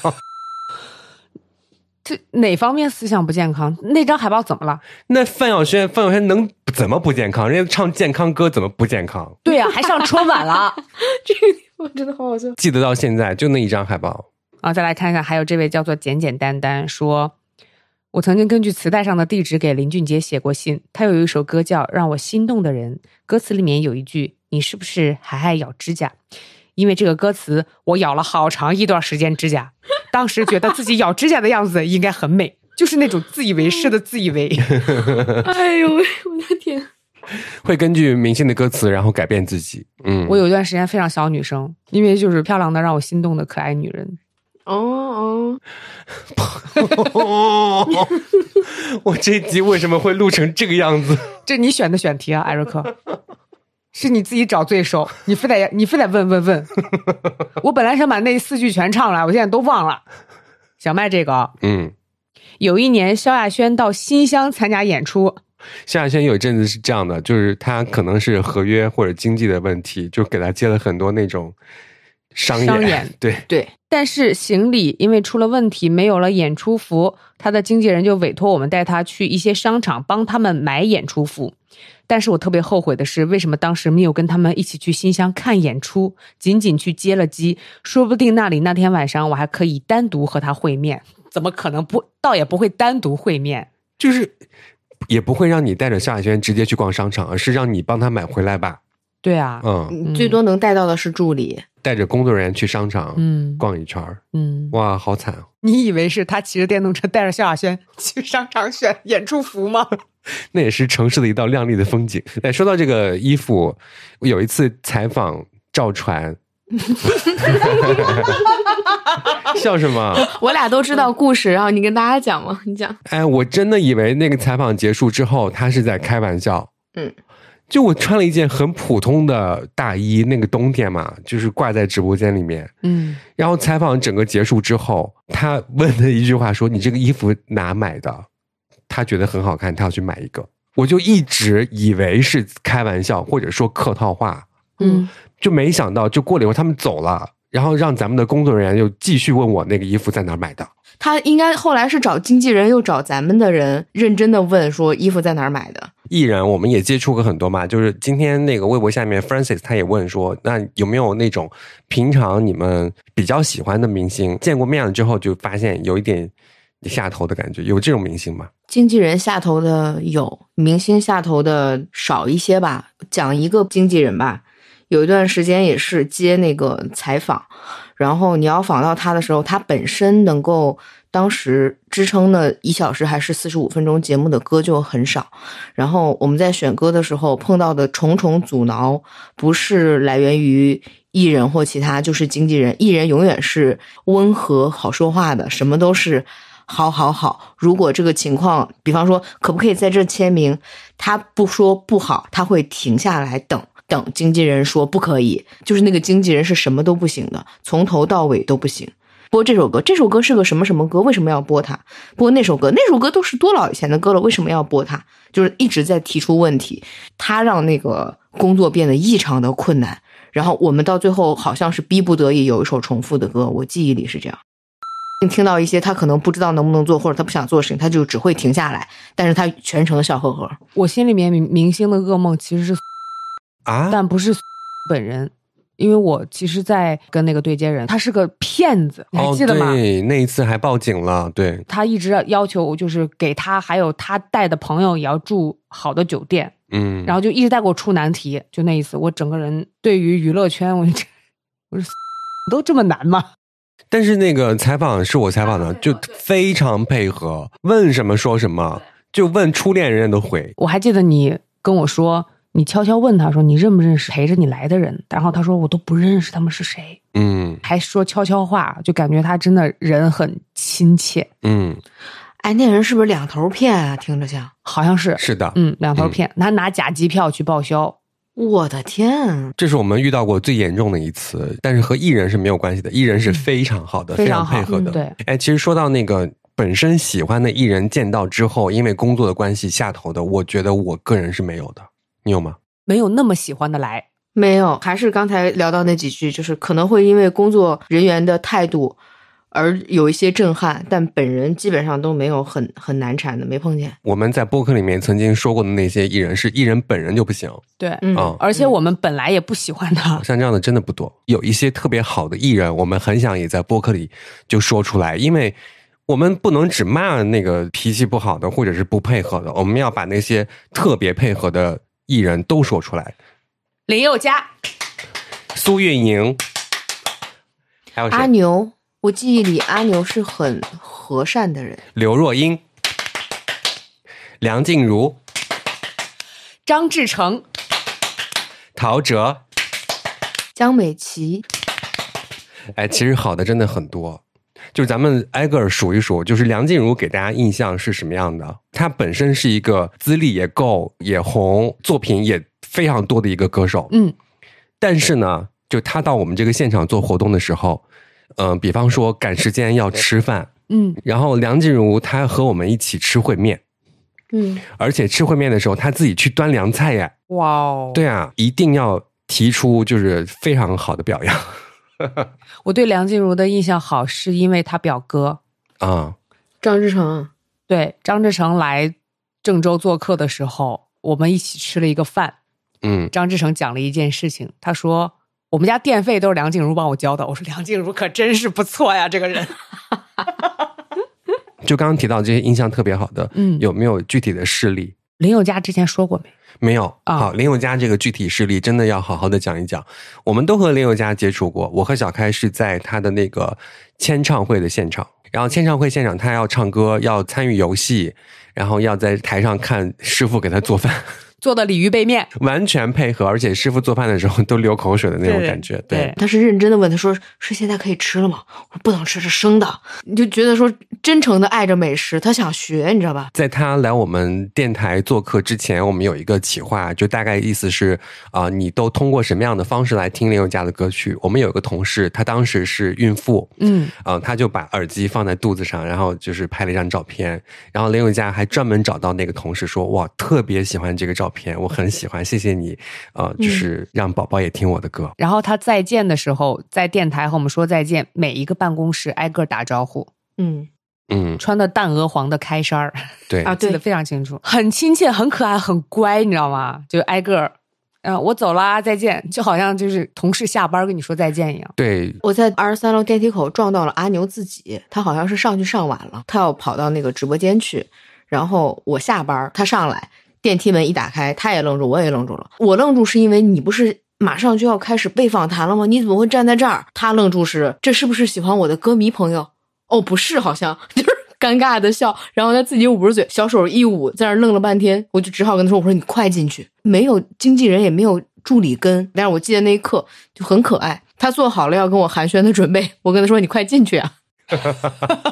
B: 这哪方面思想不健康？那张海报怎么了？
A: 那范晓萱，范晓萱能怎么不健康？人家唱健康歌怎么不健康？
B: 对呀、还上春晚了。”
C: 这个地方真的好好笑。
A: 记得到现在就那一张海报，
B: 啊，再来看看，还有这位叫做简简单单说，我曾经根据磁带上的地址给林俊杰写过信，他有一首歌叫《让我心动的人》，歌词里面有一句“你是不是还爱咬指甲”，因为这个歌词，我咬了好长一段时间指甲，当时觉得自己咬指甲的样子应该很美，就是那种自以为是的自以为。
C: 哎呦喂，我的天！
A: 会根据明星的歌词然后改变自己。嗯，
B: 我有一段时间非常小女生，因为就是漂亮的让我心动的可爱女人，
C: 哦哦，
A: 我这一集为什么会录成这个样子？
B: 这是你选的选题啊，艾瑞克，是你自己找罪受，你非得你非得问问问。我本来想把那四句全唱来，我现在都忘了。小麦这个啊，
A: 嗯，
B: 有一年萧亚轩到新乡参加演出，
A: 萧亚轩有一阵子是这样的，就是他可能是合约或者经济的问题，就给他接了很多那种商
B: 商演
A: 对，
C: 对，
B: 但是行李因为出了问题，没有了演出服，他的经纪人就委托我们带他去一些商场帮他们买演出服。但是我特别后悔的是，为什么当时没有跟他们一起去新乡看演出，仅仅去接了机？说不定那里那天晚上我还可以单独和他会面。怎么可能不？倒也不会单独会面。
A: 就是也不会让你带着萧亚轩直接去逛商场，而是让你帮他买回来吧。
B: 对啊，
A: 嗯，
C: 最多能带到的是助理。
A: 带着工作人员去商场
B: 嗯
A: 逛一圈儿，
B: 嗯，
A: 哇，好惨啊，
B: 你以为是他骑着电动车带着萧亚轩去商场选演出服吗？
A: 那也是城市的一道亮丽的风景。哎，说到这个衣服，我有一次采访赵传，笑什么？
C: 我俩都知道故事，然后你跟大家讲嘛，你讲。
A: 哎，我真的以为那个采访结束之后，他是在开玩笑。
C: 嗯，
A: 就我穿了一件很普通的大衣，那个冬天嘛，就是挂在直播间里面。
B: 嗯，
A: 然后采访整个结束之后，他问的一句话说：“你这个衣服哪买的？”他觉得很好看，他要去买一个。我就一直以为是开玩笑或者说客套话，
C: 嗯，
A: 就没想到就过了一会儿他们走了，然后让咱们的工作人员又继续问我那个衣服在哪儿买的。
C: 他应该后来是找经纪人，又找咱们的人，认真的问说衣服在哪儿买的。
A: 艺人我们也接触过很多嘛，就是今天那个微博下面 Francis 他也问说，那有没有那种平常你们比较喜欢的明星，见过面了之后就发现有一点下头的感觉，有这种明星吗？
C: 经纪人下头的有，明星下头的少一些吧。讲一个经纪人吧，有一段时间也是接那个采访，然后你要访到他的时候，他本身能够当时支撑的一小时还是四十五分钟节目的歌就很少。然后我们在选歌的时候碰到的重重阻挠，不是来源于艺人或其他，就是经纪人。艺人永远是温和、好说话的，什么都是好好好。如果这个情况，比方说可不可以在这签名，他不说不好，他会停下来等。等经纪人说不可以，就是那个经纪人是什么都不行的，从头到尾都不行。播这首歌，这首歌是个什么什么歌？为什么要播它？播那首歌，那首歌都是多老以前的歌了，为什么要播它？就是一直在提出问题，他让那个工作变得异常的困难。然后我们到最后好像是逼不得已有一首重复的歌，我记忆里是这样。你听到一些他可能不知道能不能做，或者他不想做的事情，他就只会停下来，但是他全程笑呵呵。
B: 我心里面明明星的噩梦其实是，
A: 啊，
B: 但不是本人，因为我其实，在跟那个对接人，他是个骗子，你还
A: 哦，
B: 记得吗？
A: 对，那一次还报警了，对，
B: 他一直要求就是给他还有他带的朋友也要住好的酒店，
A: 嗯，
B: 然后就一直带给我出难题。就那一次，我整个人对于娱乐圈，我就 我说都这么难吗？
A: 但是那个采访是我采访的，就非常配合，问什么说什么，就问初恋人都回。
B: 我还记得你跟我说，你悄悄问他说你认不认识陪着你来的人，然后他说我都不认识他们是谁，
A: 嗯
B: 还说悄悄话，就感觉他真的人很亲切，
A: 嗯，
C: 哎，那人是不是两头骗啊？听着像，
B: 好像是
A: 是的，
B: 嗯两头骗，他拿假机票去报销。
C: 我的天，啊
A: 这是我们遇到过最严重的一次，但是和艺人是没有关系的，艺人是非常好的，
B: 嗯非常
A: 常
B: 好
A: 配合的。
B: 嗯对，
A: 哎，其实说到那个本身喜欢的艺人，见到之后因为工作的关系下头的，我觉得我个人是没有的，你有吗？
B: 没有那么喜欢的来，
C: 没有，还是刚才聊到那几句，就是可能会因为工作人员的态度而有一些震撼，但本人基本上都没有很很难缠的，没碰见。
A: 我们在播客里面曾经说过的那些艺人，是艺人本人就不行，
B: 对，
C: 嗯，
A: 哦
B: 而且我们本来也不喜欢他，
A: 像这样的真的不多。有一些特别好的艺人，我们很想也在播客里就说出来，因为我们不能只骂那个脾气不好的或者是不配合的，我们要把那些特别配合的艺人都说出来。
B: 林宥嘉、
A: 苏运莹，还有谁？
C: 阿牛，我记忆里阿牛是很和善的人，
A: 刘若英、梁静茹、
B: 张志成、
A: 陶喆。
C: 江美琪，
A: 哎，其实好的真的很多。就是咱们挨个儿数一数，就是梁静茹给大家印象是什么样的？她本身是一个资历也够、也红、作品也非常多的一个歌手。
B: 嗯，
A: 但是呢，就她到我们这个现场做活动的时候，嗯、比方说赶时间要吃饭，
B: 嗯，
A: 然后梁静茹她和我们一起吃烩面，
C: 嗯，
A: 而且吃烩面的时候她自己去端凉菜呀。
B: 哇哦，
A: 对啊，一定要提出就是非常好的表扬
B: 我对梁静茹的印象好，是因为她表哥
A: 啊、
C: 张志成，啊
B: 对张志成来郑州做客的时候，我们一起吃了一个饭。
A: 嗯，
B: 张志成讲了一件事情，他说我们家电费都是梁静茹帮我交的。我说梁静茹可真是不错呀，这个人。
A: 就刚刚提到这些印象特别好的，
B: 嗯
A: 有没有具体的事例？
B: 林宥嘉之前说过没？
A: 没有。
B: 啊
A: 好，林宥嘉这个具体事例真的要好好的讲一讲。我们都和林宥嘉接触过，我和小开是在他的那个签唱会的现场。然后签唱会现场，他要唱歌，要参与游戏，然后要在台上看师傅给他做饭，
B: 做的鲤鱼背面
A: 完全配合，而且师傅做饭的时候都流口水的那种
B: 对
A: 感觉。
B: 对
C: 他是认真的问他说：“是现在可以吃了吗？”我说：“不能吃，是生的。”你就觉得说真诚的爱着美食，他想学，你知道吧？
A: 在他来我们电台做客之前，我们有一个企划，就大概意思是啊、你都通过什么样的方式来听林宥嘉的歌曲？我们有一个同事，她当时是孕妇，
B: 嗯，
A: 啊、她就把耳机放在肚子上，然后就是拍了一张照片，然后林宥嘉还专门找到那个同事说，哇，特别喜欢这个照片，我很喜欢，谢谢你，啊、就是让宝宝也听我的歌，
B: 然后他再见的时候，在电台和我们说再见，每一个办公室挨个打招呼，
C: 嗯
A: 嗯，
B: 穿的淡鹅黄的开衫儿。
A: 对，
C: 啊，
B: 记得
C: 对，
B: 非常清楚，很亲切，很可爱，很乖，你知道吗？就挨个儿，嗯、我走啦，再见，就好像就是同事下班跟你说再见一样。
A: 对，
C: 我在二十三楼电梯口撞到了阿牛自己，他好像是上去上晚了，他要跑到那个直播间去，然后我下班，他上来，电梯门一打开，他也愣住，我也愣住了。我愣住是因为你不是马上就要开始被访谈了吗？你怎么会站在这儿？他愣住是这是不是喜欢我的歌迷朋友？哦，不是，好像 就是尴尬的笑，然后他自己捂着嘴，小手一捂，在那儿愣了半天，我就只好跟他说：“我说你快进去，没有经纪人，也没有助理跟。”但是我记得那一刻就很可爱，他做好了要跟我寒暄的准备，我跟他说：“你快进去啊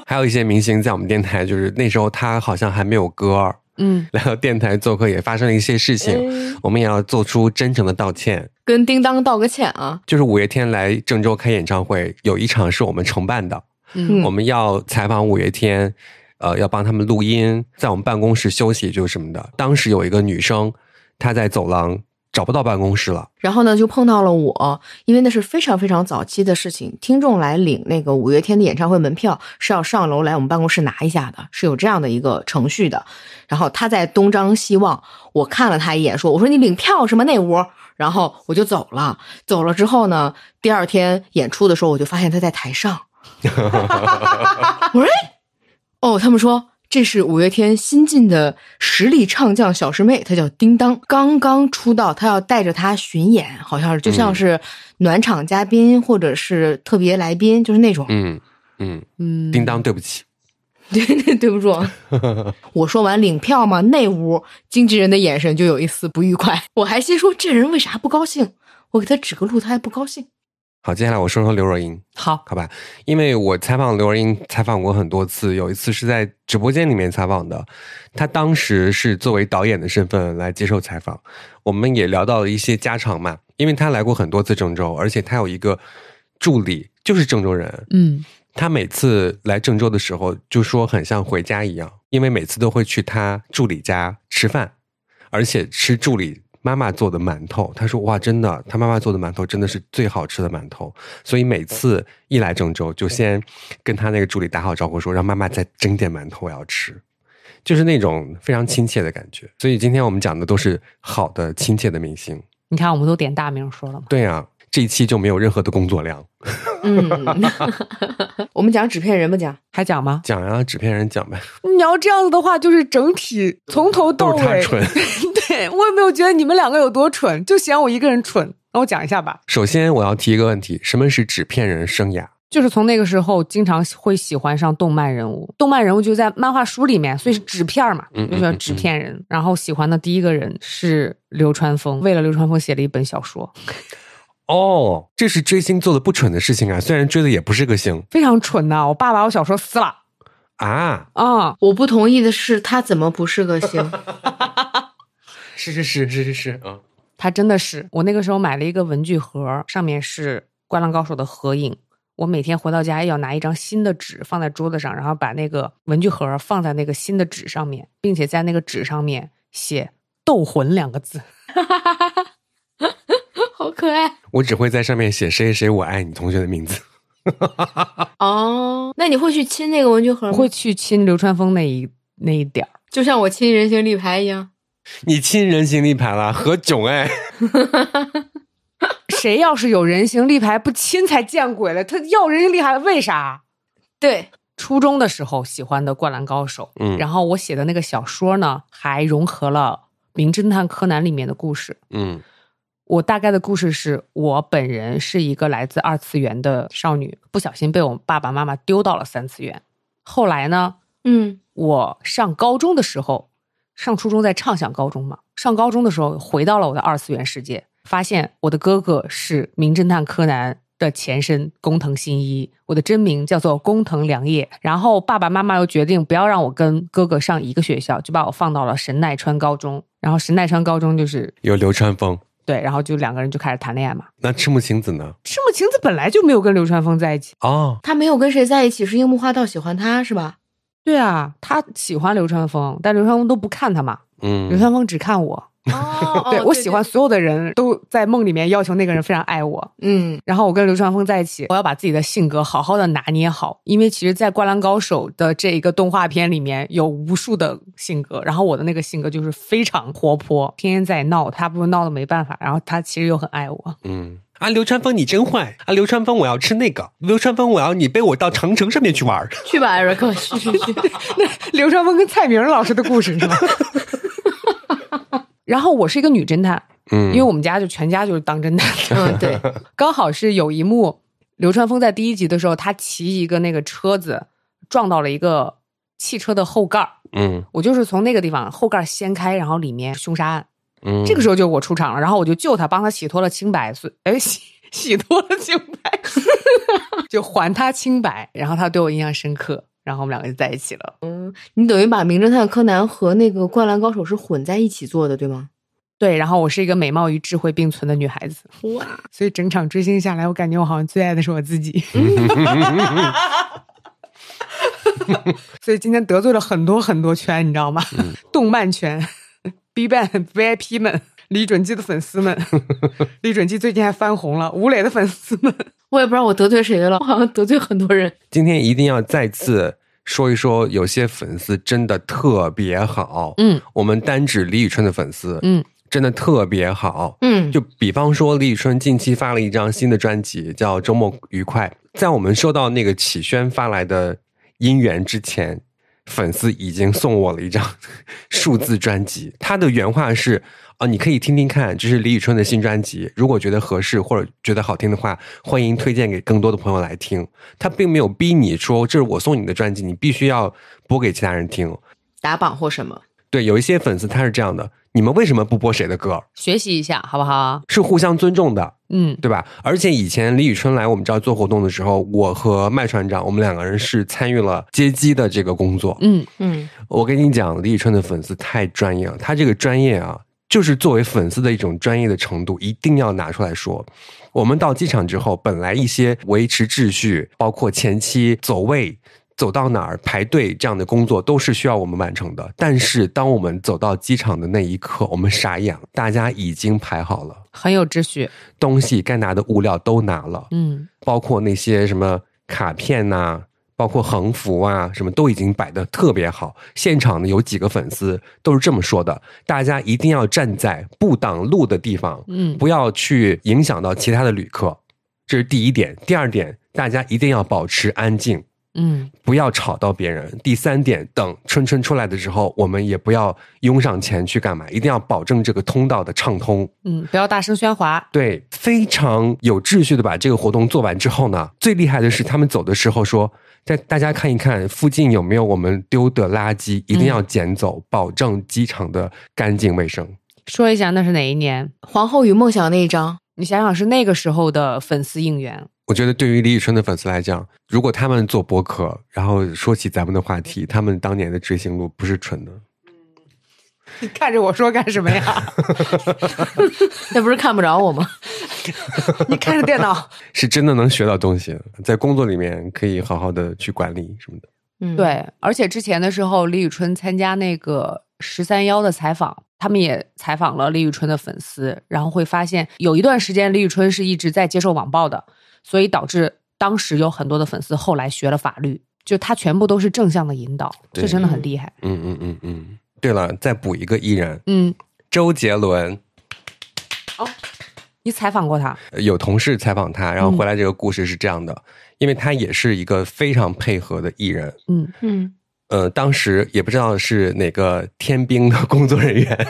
A: 还有一些明星在我们电台，就是那时候他好像还没有歌儿，
B: 嗯，
A: 来到电台做客也发生了一些事情，
C: 哎
A: 我们也要做出真诚的道歉。
C: 跟叮当道个歉啊。
A: 就是五月天来郑州开演唱会，有一场是我们承办的，
B: 嗯
A: 我们要采访五月天，呃，要帮他们录音，在我们办公室休息就是什么的。当时有一个女生，她在走廊找不到办公室了，
C: 然后呢，就碰到了我，因为那是非常非常早期的事情。听众来领那个五月天的演唱会门票是要上楼来我们办公室拿一下的，是有这样的一个程序的。然后他在东张西望，我看了他一眼，说：“我说你领票什么那屋？”然后我就走了。走了之后呢，第二天演出的时候，我就发现他在台上。 我说：“哎，哦，他们说。”这是五月天新晋的实力唱将小师妹，她叫叮当，刚刚出道，她要带着她巡演，好像是就像是暖场嘉宾或者是特别来宾，就是那种。
A: 嗯嗯，
B: 嗯
A: 叮当，对不起，
C: 对对，对不住啊，我说完领票嘛，那屋经纪人的眼神就有一丝不愉快，我还心说这人为啥不高兴？我给他指个路，他还不高兴。
A: 好，接下来我说说刘若英，
B: 好，
A: 好吧？因为我采访刘若英采访过很多次，有一次是在直播间里面采访的，她当时是作为导演的身份来接受采访，我们也聊到了一些家常嘛，因为她来过很多次郑州，而且她有一个助理就是郑州人，
B: 嗯
A: 她每次来郑州的时候就说很像回家一样，因为每次都会去她助理家吃饭，而且吃助理妈妈做的馒头。她说：“哇，真的，她妈妈做的馒头真的是最好吃的馒头。”所以每次一来郑州，就先跟她那个助理打好招呼，说让妈妈再蒸点馒头，我要吃。就是那种非常亲切的感觉，所以今天我们讲的都是好的、亲切的明星。
B: 你看我们都点大名说了嘛，
A: 对啊，这一期就没有任何的工作量，
C: 嗯， 我们讲纸片人不讲？
B: 还讲吗？
A: 讲啊，纸片人讲呗，
B: 你要这样子的话，就是整体从头到
A: 都是他
B: 尾，
A: 蠢。
B: 对我也没有觉得你们两个有多蠢，就嫌我一个人蠢。那我讲一下吧，
A: 首先，我要提一个问题：什么是纸片人生涯？
B: 就是从那个时候经常会喜欢上动漫人物，动漫人物就在漫画书里面，所以是纸片儿嘛，
A: 嗯嗯
B: 就叫纸片人。然后喜欢的第一个人是流川枫，为了流川枫写了一本小说，
A: 哦，这是追星做的不蠢的事情啊！虽然追的也不是个星
B: 非常蠢呐、我爸把我小说撕了
A: 啊，
B: 啊、
C: 我不同意的是，他怎么不是个 星？
A: 是是是是是是，嗯，
B: 他真的是，我那个时候买了一个文具盒，上面是《灌篮高手》的合影。我每天回到家要拿一张新的纸放在桌子上，然后把那个文具盒放在那个新的纸上面，并且在那个纸上面写“斗魂”两个字。
C: 好可爱
A: 我只会在上面写谁谁谁我爱你同学的名字。
C: 哦！那你会去亲那个文具盒
B: 我
C: 吗？
B: 会去亲流川枫那一那一点儿。
C: 就像我亲人形立牌一样。
A: 你亲人形立牌了，何炅哎，
B: 谁要是有人形立牌不亲才见鬼了，他要人形立牌为啥？
C: 对，
B: 初中的时候喜欢的《灌篮高手》，
A: 嗯
B: 然后我写的那个小说呢，还融合了《名侦探柯南》里面的故事。
A: 嗯
B: 我大概的故事是我本人是一个来自二次元的少女，不小心被我爸爸妈妈丢到了三次元。后来呢，
C: 嗯，
B: 我上高中的时候，上初中在畅想高中嘛，上高中的时候回到了我的二次元世界，发现我的哥哥是名侦探柯南。的前身工藤新一，我的真名叫做工藤良夜。然后爸爸妈妈又决定不要让我跟哥哥上一个学校，就把我放到了神奈川高中。然后神奈川高中就是
A: 有流川枫。
B: 对，然后就两个人就开始谈恋爱嘛。
A: 那赤木晴子呢？
B: 赤木晴子本来就没有跟流川枫在一起。
A: 哦，
C: 他没有跟谁在一起，是樱木花道喜欢他是吧？
B: 对啊，他喜欢流川枫，但流川枫都不看他嘛，流
A: 嗯，
B: 川枫只看我。
C: 哦
B: 对我喜欢，所有的人都在梦里面要求那个人非常爱我。
C: 嗯，
B: 然后我跟流川枫在一起，我要把自己的性格好好的拿捏好，因为其实，在《灌篮高手》的这一个动画片里面有无数的性格，然后我的那个性格就是非常活泼，天天在闹，他不闹的没办法，然后他其实又很爱我。
A: 嗯。啊，流川枫你真坏！啊，流川枫我要吃那个，流川枫我要你背我到长城上面去玩儿。
C: 去吧，艾瑞克，去去 去。
B: 流川枫跟蔡明老师的故事是 吧？然后我是一个女侦探，
A: 嗯
B: 因为我们家就全家就是当侦探的，
C: 嗯，对，
B: 刚好是有一幕，流川枫在第一集的时候，他骑一个那个车子撞到了一个汽车的后盖儿，
A: 嗯
B: 我就是从那个地方后盖儿掀开，然后里面凶杀案，
A: 嗯
B: 这个时候就我出场了，然后我就救他，帮他洗脱了清白，所以哎洗洗脱了清白， 就还他清白，然后他对我印象深刻，然后我们两个就在一起了。
C: 嗯你等于把《名侦探柯南》和那个《灌篮高手》是混在一起做的，对吗？
B: 对，然后我是一个美貌与智慧并存的女孩子，
C: 哇，
B: 所以整场追星下来，我感觉我好像最爱的是我自己。 所以今天得罪了很多很多圈，你知道吗？ 动漫圈、B ban VIP 们、李准基的粉丝们，李准基最近还翻红了，吴磊的粉丝们。
C: 我也不知道我得罪谁了， 我好像得罪很多人。
A: 今天一定要再次说一说，有些粉丝真的特别好。
B: 嗯，
A: 我们单指李宇春的粉丝，
B: 嗯，
A: 真的特别好。
C: 嗯，
A: 就比方说，李宇春近期发了一张新的专辑，叫《周末愉快》。在我们收到那个启轩发来的音源之前，粉丝已经送我了一张 数字专辑。他的原话是：啊，你可以听听看，这是李宇春的新专辑。如果觉得合适或者觉得好听的话，欢迎推荐给更多的朋友来听。他并没有逼你说这是我送你的专辑，你必须要播给其他人听。
C: 打榜或什么，
A: 对，有一些粉丝他是这样的：你们为什么不播谁的歌？
B: 学习一下好不好？
A: 是互相尊重的。
B: 嗯
A: 对吧？而且以前李宇春来我们这儿做活动的时候，我和麦船长，我们两个人是参与了接机的这个工作。
B: 嗯，
C: 嗯，
A: 我跟你讲，李宇春的粉丝太专业了，他这个专业啊，就是作为粉丝的一种专业的程度，一定要拿出来说。我们到机场之后，本来一些维持秩序，包括前期走位。走到哪儿排队这样的工作都是需要我们完成的，但是当我们走到机场的那一刻，我们傻眼了，大家已经排好了，
B: 很有秩序。
A: 东西该拿的物料都拿了，
B: 嗯，
A: 包括那些什么卡片呐、包括横幅啊，什么都已经摆的特别好。现场呢有几个粉丝都是这么说的：大家一定要站在不挡路的地方，
B: 嗯
A: 不要去影响到其他的旅客，这是第一点。第二点，大家一定要保持安静。
B: 嗯
A: 不要吵到别人。第三点，等春春出来的时候，我们也不要拥上前去干嘛，一定要保证这个通道的畅通。
B: 嗯，不要大声喧哗。
A: 对，非常有秩序的把这个活动做完之后呢，最厉害的是他们走的时候说，大大家看一看附近有没有我们丢的垃圾，一定要捡走，保证机场的干净卫生。
B: 说一下那是哪一年？
C: 《皇后与梦想》那一张，
B: 你想想是那个时候的粉丝应 援。
A: 我觉得对于李宇春的粉丝来讲，如果他们做博客，然后说起咱们的话题，他们当年的追星路不是蠢的。
B: 你看着我说干什么呀？
C: 那不是看不着我吗？
B: 你看着电脑。
A: 是真的能学到东西的，在工作里面可以好好的去管理什么的。
C: 嗯，，
B: 对，而且之前的时候，李宇春参加那个十三幺的采访，他们也采访了李宇春的粉丝，然后会发现有一段时间李宇春是一直在接受网暴的，所以导致当时有很多的粉丝后来学了法律，就他全部都是正向的引导，
A: 对
B: 这真的很厉害。
A: 嗯嗯嗯嗯。对了，再补一个艺人，
B: 嗯，
A: 周杰伦。
B: 你采访过他？
A: 呃有同事采访他，然后回来这个故事是这样的，因为他也是一个非常配合的艺人。
B: 嗯，
C: 嗯，
A: 呃，当时也不知道是哪个天兵的工作人员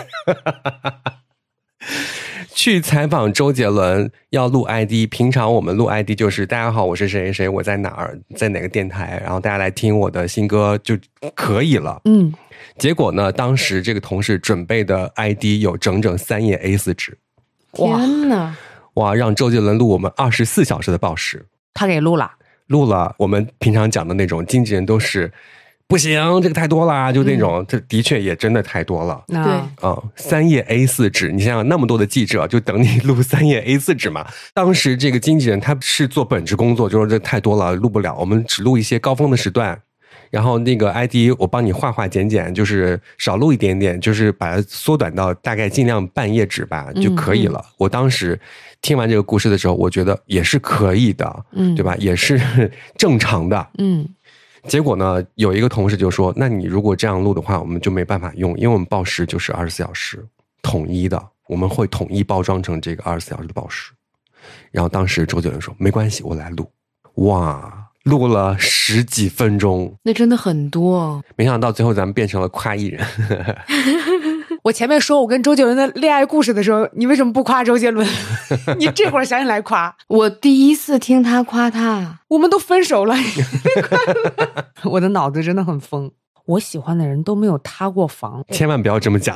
A: 去采访周杰伦，要录 ID。平常我们录 ID 就是大家好，我是谁谁谁，我在哪儿，在哪个电台，然后大家来听我的新歌就可以了。
B: 嗯，
A: 结果呢，当时这个同事准备的 ID 有整整三页 A 四纸，
B: 哇
C: 天呐，
A: 哇，让周杰伦录我们二十四小时的报时。
B: 他给录了。
A: 录了我们平常讲的那种经纪人都是不行，这个太多啦，就那种，
B: 嗯
A: 这的确也真的太多了。
B: 那
C: 对
A: 啊、三页 A 四纸，你想想那么多的记者就等你录三页 A 四纸嘛。当时这个经纪人他是做本职工作，就是这太多了，录不了，我们只录一些高峰的时段。然后那个 ID 我帮你画画剪剪，就是少录一点点，就是把它缩短到大概尽量半页纸吧就可以了。我当时听完这个故事的时候，我觉得也是可以的，
B: 嗯
A: 对吧？也是 正常的。
B: 嗯
A: 结果呢，有一个同事就说：“那你如果这样录的话，我们就没办法用，因为我们报时就是二十四小时统一的，我们会统一包装成这个二十四小时的报时。”然后当时周杰伦说：“没关系，我来录。”哇，录了十几分钟，
C: 那真的很多哦。
A: 没想到最后咱们变成了夸艺人。
B: 我前面说我跟周杰伦的恋爱故事的时候，你为什么不夸周杰伦？ 你这会儿想起来夸，
C: 我第一次听他夸他，
B: 我们都分手了，你别夸了 我的脑子真的很疯。我喜欢的人都没有塌过房。
A: 千万不要这 么讲，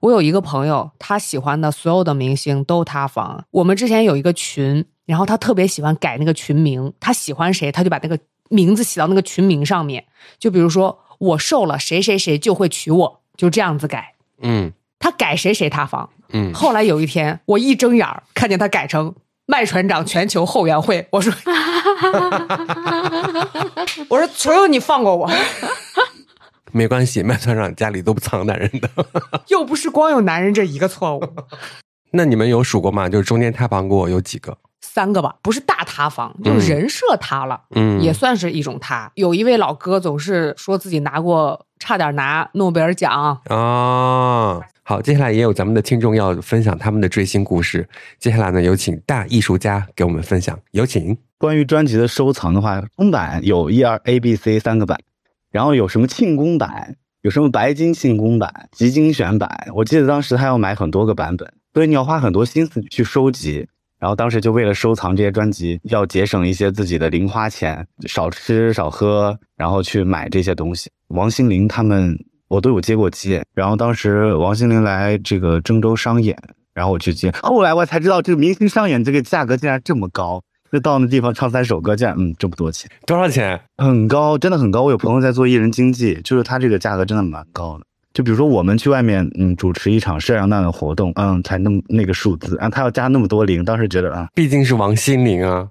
B: 我有一个朋友，他喜欢的所有的明星都塌房。我们之前有一个群，然后他特别喜欢改那个群名，他喜欢谁，他就把那个名字写到那个群名上面。就比如说，我瘦了，谁谁谁就会娶我，就这样子改。
A: 嗯
B: 他改谁谁塌房。
A: 嗯，
B: 后来有一天，我一睁眼儿看见他改成麦船长全球后援会，我说， 我说 求求你放过我，
A: 没关系，麦团长家里都不藏男人的。
B: 又不是光有男人这一个错 误，
A: 那你们有数过吗？就是中间塌房过有几个？
B: 三个吧，不是大塌房，就
A: 嗯
B: 是人设塌了。
A: 嗯，
B: 也算是一种塌。有一位老哥总是说自己拿过，差点拿诺贝尔奖。
A: 哦，好，接下来也有咱们的听众要分享他们的追星故事。接下来呢，有请大艺术家给我们分享，有请。
D: 关于专辑的收藏的话，中版有 E R A B C 三个版，然后有什么庆功版，有什么白金庆功版、集精选版，我记得当时他要买很多个版本，所以你要花很多心思去收集。然后当时就为了收藏这些专辑，要节省一些自己的零花钱，少吃少喝，然后去买这些东西。王心凌他们我都有接过机，然后当时王心凌来这个郑州商演，然后我去接，后来我才知道这个明星商演这个价格竟然这么高。那到那地方唱三首歌，竟然嗯这么多钱，
A: 多少钱？
D: 很高，真的很高。我有朋友在做艺人经济，就是他这个价格真的蛮高的。就比如说我们去外面嗯主持一场摄像档的活动，嗯才那么那个数字，啊他要加那么多零，当时觉得啊
A: 毕竟是王心凌啊，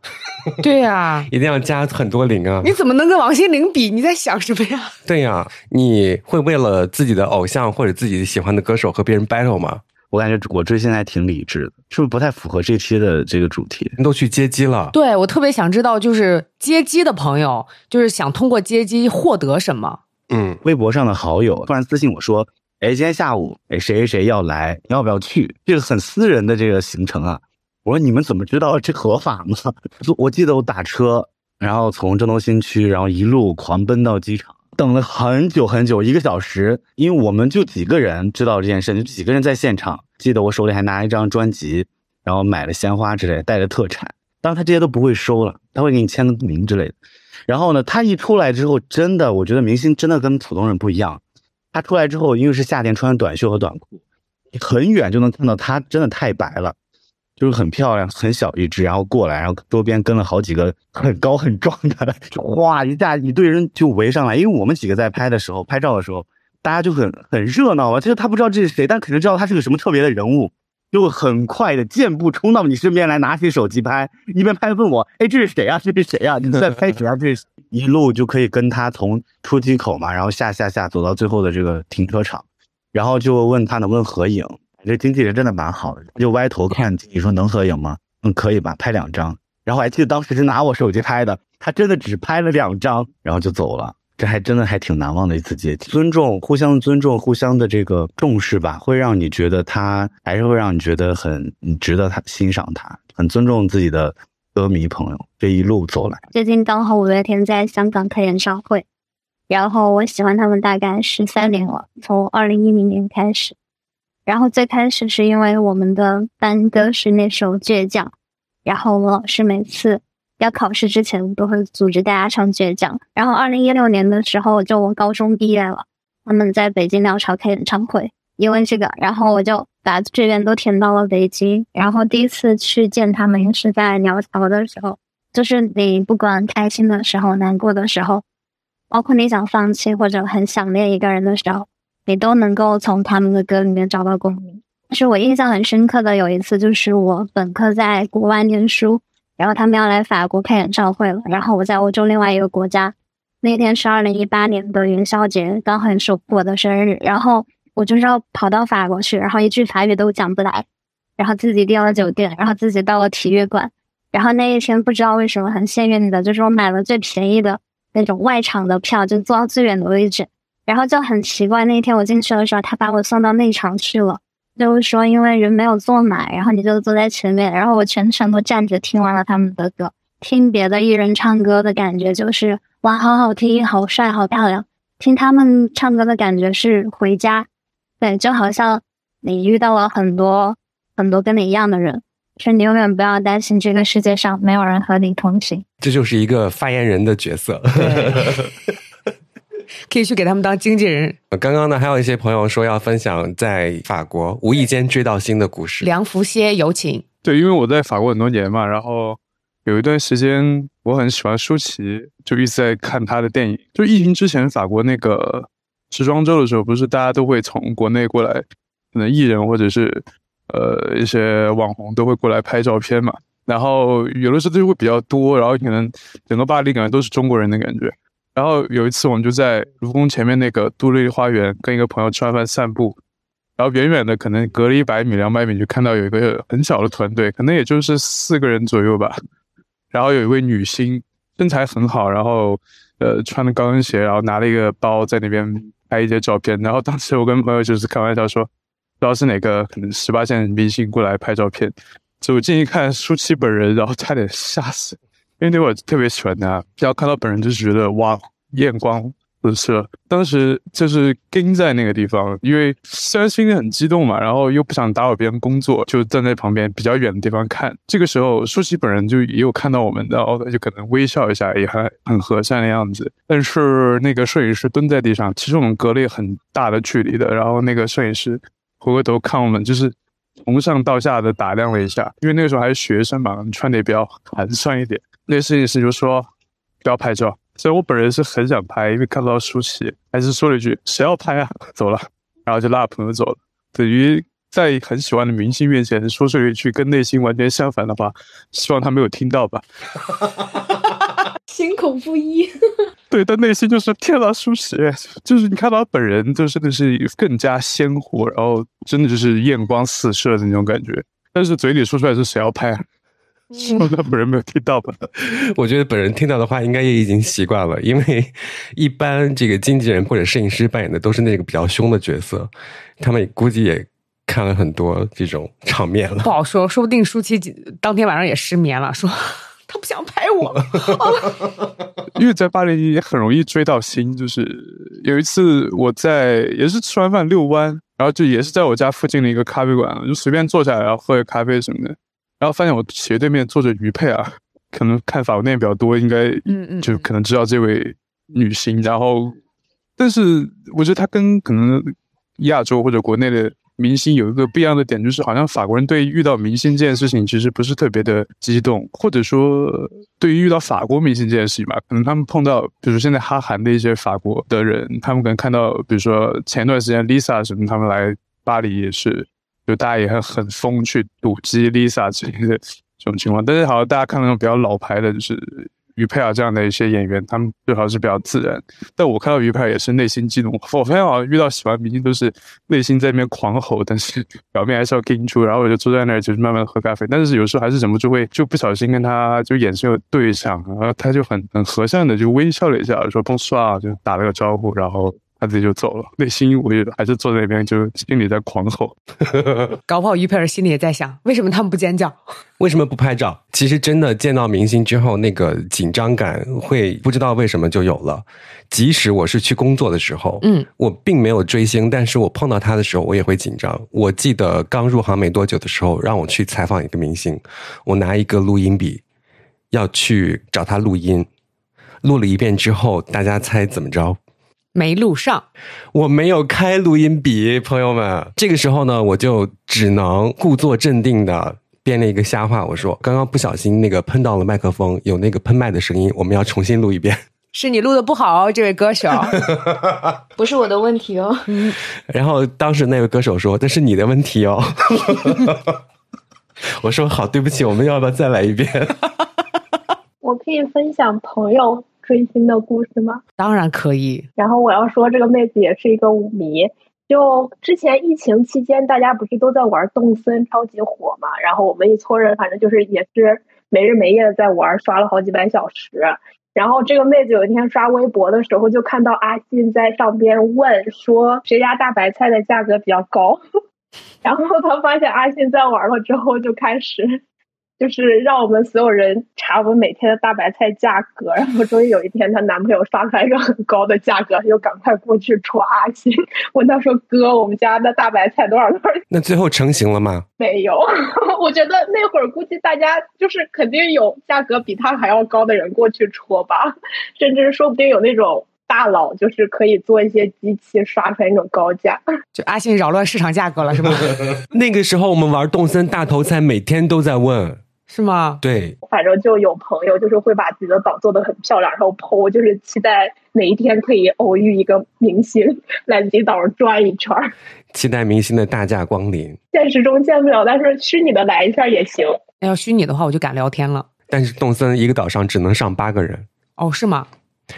B: 对呀、
A: 一定要加很多零啊
D: 嗯
B: 你。怎么能跟王心凌比？你在想什么 呀？
A: 对呀、你会为了自己的偶像或者自己喜欢的歌手和别人 battle 吗？
D: 我感觉我追星还挺理智的，是不是不太符合这期的这个主题？
A: 你都去接机了，
B: 对我特别想知道，就是接机的朋友，就是想通过接机获得什么？
A: 嗯
D: 微博上的好友突然私信我说：“哎，今天下午，哎，谁谁谁要来，你要不要去？这个很私人的这个行程啊。”我说：“你们怎么知道这合法吗？” 我记得我打车，然后从郑东新区，然后一路狂奔到机场，等了很久很久，一个小时，因为我们就几个人知道这件事，就几个人在现场。记得我手里还拿一张专辑，然后买了鲜花之类，带着特产。当然，他这些都不会收了，他会给你签个名之类的。然后呢，他一出来之后，真的，我觉得明星真的跟普通人不一样。他出来之后，因为是夏天，穿短袖和短裤，很远就能看到他，真的太白了，就是很漂亮，很小一只，然后过来，然后周边跟了好几个很高很壮的，就哗一下一堆人就围上来。因为我们几个在拍的时候，拍照的时候，大家就很很热闹啊。就是他不知道这是谁，但肯定知道他是个什么特别的人物，就会很快的箭步冲到你身边来，拿起手机拍，一边拍问我：“哎，这是谁呀、这是谁呀、你在拍什么？这是一路就可以跟他从出机口嘛，然后下下下走到最后的这个停车场，然后就问他能不能合影。这经纪人真的蛮好的，就歪头看经纪说能合影吗？嗯，可以吧，拍两张。然后我还记得当时是拿我手机拍的，他真的只拍了两张，然后就走了。这还真的还挺难忘的一次接机，尊重，互相尊重，互相的这个重视吧，会让你觉得他还是会让你觉得很你值得他欣赏他，很尊重自己的歌迷朋友这一路走来。
E: 最近刚好五月天在香港开演唱会，然后我喜欢他们大概十三年了，从二零一零年开始。然后最开始是因为我们的班歌是那首《倔强》，然后我老师每次要考试之前都会组织大家唱《倔强》。然后二零一六年的时候，就我高中毕业了，他们在北京鸟巢开演唱会，因为这个，然后我就把志愿都填到了北京。然后第一次去见他们也是在鸟巢的时候。就是你不管开心的时候、难过的时候，包括你想放弃或者很想念一个人的时候，你都能够从他们的歌里面找到共鸣。但是我印象很深刻的有一次，就是我本科在国外念书，然后他们要来法国开演唱会了，然后我在欧洲另外一个国家。那天是二零一八年的元宵节，刚好也是我的生日，然后我就是要跑到法国去，然后一句法语都讲不来，然后自己订了酒店，然后自己到了体育馆，然后那一天不知道为什么很幸运的，就是我买了最便宜的那种外场的票，就坐到最远的位置。然后就很奇怪，那一天我进去的时候，他把我送到内场去了，就是说因为人没有坐满，然后你就坐在前面。然后我全程都站着听完了他们的歌，听别的艺人唱歌的感觉就是哇，好好听，好帅，好漂亮。听他们唱歌的感觉是回家，对，就好像你遇到了很多很多跟你一样的人。是你永远不要担心这个世界上没有人和你同行。
A: 这就是一个发言人的角色。
B: 可以去给他们当经纪人。
A: 刚刚呢，还有一些朋友说要分享在法国无意间追到星的故事。
B: 梁福歇有请。
F: 对，因为我在法国很多年嘛，然后有一段时间我很喜欢舒淇，就一直在看她的电影。就疫情之前，法国那个时装周的时候，不是大家都会从国内过来，可能艺人或者是呃一些网红都会过来拍照片嘛。然后有的时候就会比较多，然后可能整个巴黎感觉都是中国人的感觉。然后有一次我们就在卢沟前面那个杜丽花园跟一个朋友吃完饭散步，然后远远的可能隔了一百米、两百米就看到有一个很小的团队，可能也就是四个人左右吧。然后有一位女星，身材很好，然后呃穿的高跟鞋，然后拿了一个包在那边拍一些照片。然后当时我跟朋友就是开玩笑说，不知道是哪个可能十八线明星过来拍照片，走近一看舒淇本人，然后差点吓死，因为那会儿特别喜欢她，然后看到本人就觉得哇，艳光四射。当时就是跟在那个地方，因为虽然心里很激动嘛，然后又不想打扰别人工作，就站在旁边比较远的地方看。这个时候，舒淇本人就也有看到我们，然后就可能微笑一下，也还很和善的样子。但是那个摄影师蹲在地上，其实我们隔了很大的距离的，然后那个摄影师回过头看我们，就是。从上到下的打量了一下，因为那个时候还是学生嘛，穿的也比较寒酸一点。那个摄影师就说不要拍照。所以我本人是很想拍，因为看不到舒淇，还是说了一句“谁要拍啊”， 走了，然后就拉朋友走了。等于在很喜欢的明星面前说出了一句跟内心完全相反的话，希望他没有听到吧。
C: 心口不一。
F: 对，但内心就是天呐，舒淇，就是你看到他本人，就真的是更加鲜活，然后真的就是艳光四射的那种感觉。但是嘴里说出来是谁要拍啊， 希望他本人没有听到吧。
A: 我觉得本人听到的话，应该也已经习惯了，因为一般这个经纪人或者摄影师扮演的都是那个比较凶的角色，他们也估计也看了很多这种场面了。
B: 不好说，说不定舒淇几当天晚上也失眠了，说 他不想拍我。
F: 因为在巴黎也很容易追到星，就是有一次我在也是吃完饭遛弯，然后就也是在我家附近的一个咖啡馆，就随便坐下来，然后喝个咖啡什么的，然后发现我斜对面坐着于佩啊，可能看法国电影比较多，应该
B: 嗯嗯
F: 就可能知道这位女星。然后，但是我觉得她跟可能亚洲或者国内的明星有一个不一样的点，就是好像法国人对遇到明星这件事情其实不是特别的激动，或者说对于遇到法国明星这件事情吧，可能他们碰到，比如现在哈韩的一些法国的人，他们可能看到，比如说前段时间 Lisa 什么他们来巴黎也是，就大家也很很疯去赌击 Lisa 之类的这种情况，但是好像大家看那种比较老牌的，就是于佩尔这样的一些演员，他们最好是比较自然。但我看到于佩尔也是内心激动，我发现好像遇到喜欢明星都是内心在那边狂吼，但是表面还是要盯住。然后我就坐在那儿，就是慢慢地喝咖啡，但是有时候还是忍不住会就不小心跟他就眼神有对上，然后他就很很和善的就微笑了一下，说蹦刷，啊就打了个招呼，然后。他自己就走了，内心我也还是坐在那边，就心里在狂吼。
B: 搞不好于佩尔心里也在想，为什么他们不尖叫？
A: 为什么不拍照？其实真的见到明星之后，那个紧张感会不知道为什么就有了。即使我是去工作的时候，
B: 嗯，
A: 我并没有追星，但是我碰到他的时候，我也会紧张。我记得刚入行没多久的时候，让我去采访一个明星，我拿一个录音笔要去找他录音，录了一遍之后，大家猜怎么着？
B: 没录上，
A: 我没有开录音笔，朋友们。这个时候呢，我就只能故作镇定的编了一个瞎话。我说，刚刚不小心那个喷到了麦克风，有那个喷麦的声音，我们要重新录一遍。
B: 是你录的不好哦，这 位歌手。嗯
C: 不是我的问题哦。
A: 然后当时那位歌手说：“这是你的问题 哦。”我说：“好，对不起，我们要不要再来一遍
G: 我可以分享朋友追星的故事吗？
B: 当然可以，
G: 然后我要说，这个妹子也是一个舞迷。就之前疫情期间，大家不是都在玩动森超级火嘛？然后我们一撮人，反正就是也是没日没夜的在玩，刷了好几百小时。然后这个妹子有一天刷微博的时候，就看到阿信在上边问说谁家大白菜的价格比较高， 然后她发现阿信在玩了之后，就开始就是让我们所有人查我们每天的大白菜价格，然后终于有一天她男朋友刷出来一个很高的价格，她就赶快过去戳阿信，问他说哥，我们家的大白菜多少多少？”
A: 那最后成型了吗？
G: 没有， 我觉得那会儿估计大家就是肯定有价格比他还要高的人过去戳吧，甚至说不定有那种大佬，就是可以做一些机器刷出来那种高价。
B: 就 阿信扰乱市场价格了，是吧？
A: 那个时候我们玩动森大头菜，每天都在问
B: 是吗？
A: 对，
G: 反正就有朋友就是会把自己的岛做得很漂亮，然后 PO，就是期待哪一天可以偶遇一个明星来自己岛上转一圈儿。
A: 期待明星的大驾光临。
G: 现实中见不了，但是虚拟的来一下也行。
B: 那要哎虚拟的话，我就敢聊天了。
A: 但是动森一个岛上只能上八个人，
B: 哦，是吗？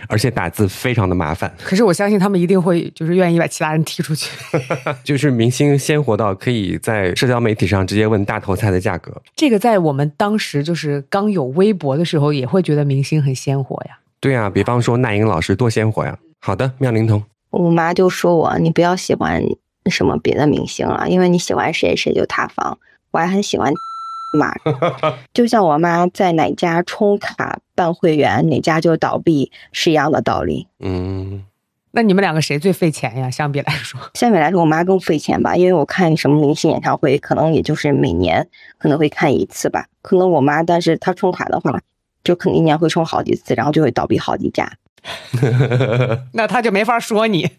A: 而且打字非常的麻烦。
B: 可是我相信他们一定会就是愿意把其他人踢出去。
A: 就是明星鲜活到可以在社交媒体上直接问大头菜的价格。
B: 这个在我们当时就是刚有微博的时候，也会觉得明星很鲜活呀。
A: 对啊，比方说那英老师多鲜活呀。好的，妙龄童，
H: 我妈就说我，你不要喜欢什么别的明星了，因为你喜欢谁谁就塌房。我还很喜欢嘛，就像我妈在哪家充卡办会员，哪家就倒闭是一样的道理。
A: 嗯，
B: 那你们两个谁最费钱呀？相比来说，
H: 相比来说，我妈更费钱吧，因为我看什么明星演唱会，可能也就是每年可能会看一次吧。可能我妈，但是她充卡的话，就可能一年会充好几次，然后就会倒闭好几家。
B: 那他就没法说你。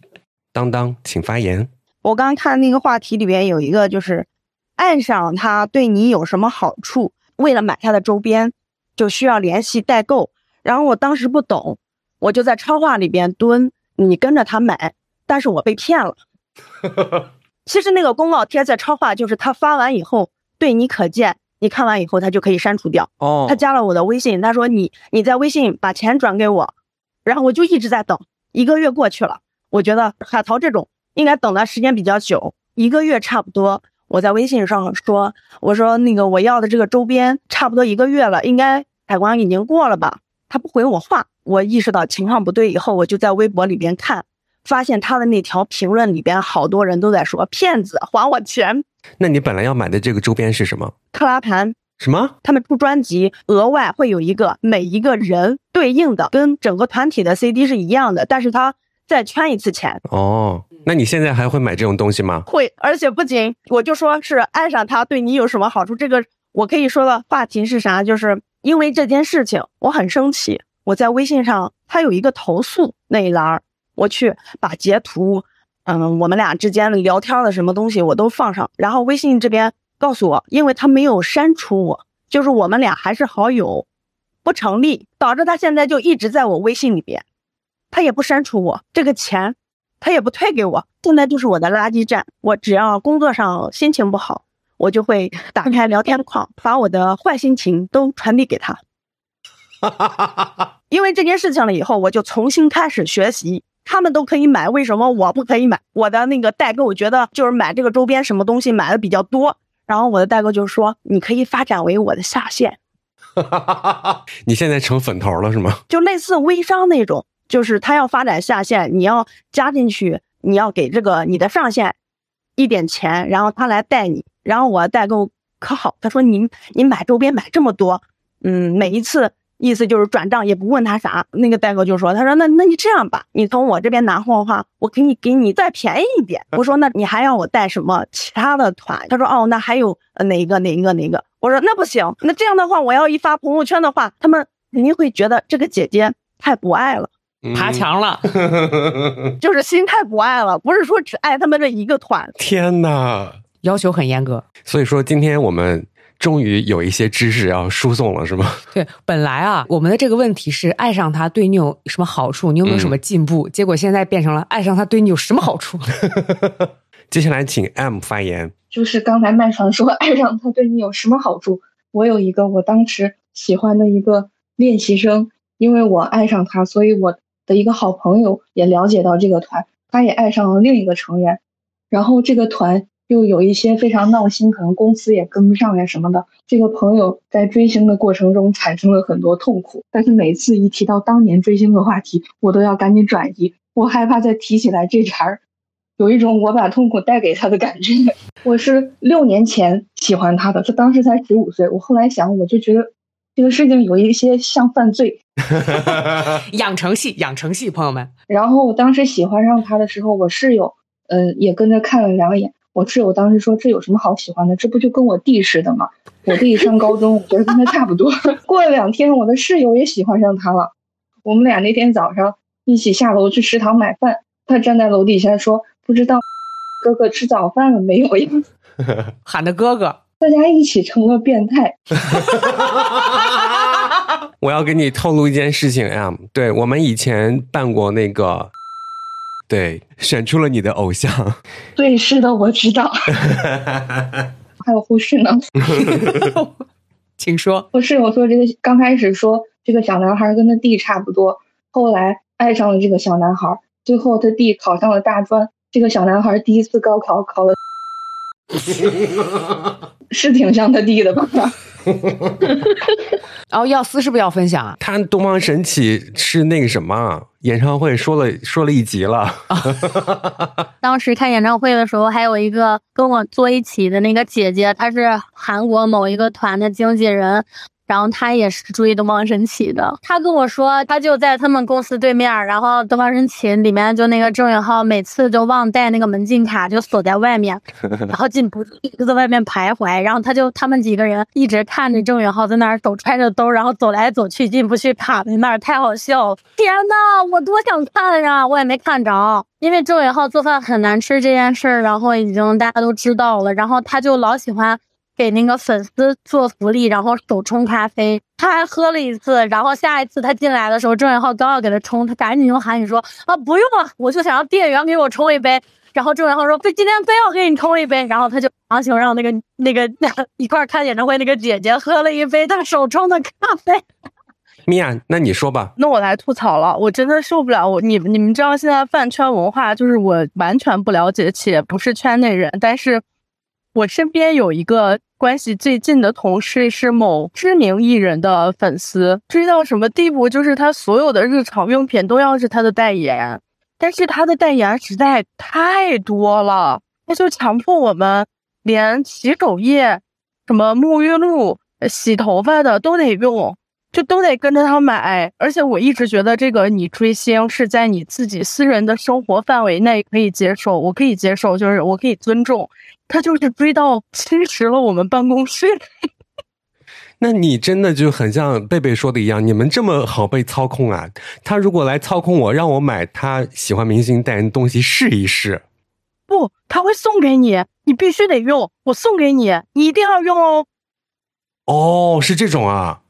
A: 当当，请发言。
I: 我刚看那个话题里边有一个，就是爱上他对你有什么好处？为了买他的周边，就需要联系代购。然后我当时不懂，我就在超话里边蹲，你跟着他买，但是我被骗了。其实那个公告贴在超话，就是他发完以后对你可见，你看完以后他就可以删除掉。
A: 哦
I: 他加了我的微信，他说你你在微信把钱转给我，然后我就一直在等，一个月过去了，我觉得海淘这种应该等的时间比较久，一个月差不多。我在微信上说，我说那个我要的这个周边差不多一个月了，应该海关已经过了吧？他不回我话，我意识到情况不对以后，我就在微博里边看，发现他的那条评论里边好多人都在说骗子还我钱，
A: 那你本来要买的这个周边是什么？
I: 克拉盘
A: 什么？
I: 他们出专辑，额外会有一个每一个人对应的，跟整个团体的 CD 是一样的，但是他再圈一次钱
A: 哦，那你现在还会买这种东西吗？
I: 会，而且不仅我就说是爱上他对你有什么好处，这个我可以说的话题是啥？就是因为这件事情，我很生气，我在微信上他有一个投诉那一栏儿，我去把截图，嗯，我们俩之间聊天的什么东西我都放上，然后微信这边告诉我，因为他没有删除我，就是我们俩还是好友，不成立，导致他现在就一直在我微信里边，他也不删除我，这个钱他也不退给我，现在就是我的垃圾站。我只要工作上心情不好，我就会打开聊天框，把我的坏心情都传递给他。因为这件事情了以后，我就重新开始学习。他们都可以买，为什么我不可以买？我的那个代购觉得就是买这个周边什么东西买的比较多，然后我的代购就说你可以发展为我的下线，
A: 你现在成粉头了是吗？
I: 就类似微商那种，就是他要发展下线，你要加进去，你要给这个你的上线一点钱，然后他来带你。然后我代购可好，他说您您买周边买这么多，嗯，每一次意思就是转账也不问他啥。那个代购就说，他说那那你这样吧，你从我这边拿货的话，我给你给你再便宜一点。我说那你还要我带什么其他的团？他说哦，那还有呃哪一个哪一个哪一个。我说那不行，那这样的话我要一发朋友圈的话，他们肯定会觉得这个姐姐太博爱了。
B: 爬墙了，
A: 嗯。
I: 就是心太博爱了，不是说只爱他们这一个团，
A: 天哪！
B: 要求很严格。
A: 所以说今天我们终于有一些知识要输送了是吗？
B: 对，本来啊，我们的这个问题是爱上他对你有什么好处，你有没有什么进步？结果现在变成了爱上他对你有什么好处？
A: 接下来请 M 发言。
J: 就是刚才麦上说爱上他对你有什么好处？我有一个我当时喜欢的一个练习生，因为我爱上他，所以我的一个好朋友也了解到这个团，他也爱上了另一个成员，然后这个团又有一些非常闹心，可能公司也跟不上呀什么的。这个朋友在追星的过程中产生了很多痛苦，但是每次一提到当年追星的话题，我都要赶紧转移，我害怕再提起来这茬儿，有一种我把痛苦带给他的感觉。我是六年前喜欢他的，他当时才十五岁。我后来想，我就觉得这个事情有一些像犯罪。
B: 养成系，养成系，朋友们，
J: 然后我当时喜欢上他的时候，我室友，嗯、也跟着看了两眼。我室友当时说：“这有什么好喜欢的？这不就跟我弟似的吗？”我弟上高中，我觉得跟他差不多。 过了两天，我的室友也喜欢上他了。我们俩那天早上一起下楼去食堂买饭，他站在楼 底下说：“不知道哥哥吃早饭了没有呀？”
B: 喊的哥哥，
J: 大家一起成了变态。
A: 我要给你透露一件事情，M，对我们以前办过那个，对，选出了你的偶像，
J: 对，是的，我知道。还有护士呢，
B: 请说。
J: 我室友说这个刚开始说这个小男孩跟他弟差不多，后来爱上了这个小男孩，最后他弟考上了大专，这个小男孩第一次高考考了，是挺像他弟的吧？
B: 然后药师是不是哦要分享啊？
A: 他东方神起是那个什么啊演唱会说了说了一集了，
K: 当时看演唱会的时候，还有一个跟我坐一起的那个姐姐，她是韩国某一个团的经纪人，然后她也是追东方神起的。她跟我说，她就在他们公司对面儿，然后东方神起里面就那个郑允浩每次就忘带那个门禁卡，就锁在外面， 然后进不就在外面徘徊，然后他就他们几个人一直看着郑允浩在那儿手揣着兜，然后走来走去进不去卡在那儿，太好笑了！天呐，我多想看呀、我也没看着，因为郑允浩做饭很难吃这件事儿，然后已经大家都知道了，然后他就老喜欢给那个粉丝做福利，然后手冲咖啡。他还喝了一次，然后下一次他进来的时候，郑允浩刚要给他冲，他赶紧用韩语说：“啊，不用了，我就想让店员给我冲一杯。”然后郑允浩说：“非今天非要给你冲一杯。”然后他就强行让那个那个 一块儿看演唱会那个姐姐喝了一杯他手冲的咖啡。
A: 米娅，那你说吧，
L: 那我来吐槽了，我真的受不了我你们你们知道现在饭圈文化，就是我完全不了解且不是圈内人，但是我身边有一个关系最近的同事是某知名艺人的粉丝，追到什么地步，就是他所有的日常用品都要是他的代言，但是他的代言实在太多了，他就强迫我们连洗手液、什么沐浴露、呃洗头发的都得用。就都得跟着他买。而且我一直觉得，这个你追星是在你自己私人的生活范围内可以接受，我可以接受，就是我可以尊重。他就是追到侵蚀了我们办公室，
A: 那你真的就很像贝贝说的一样，你们这么好被操控啊！他如果来操控我，让我买他喜欢明星代言的东西试一试，
L: 不，他会送给你，你必须得用，我送给你，你一定要用哦。
A: 哦，是这种啊，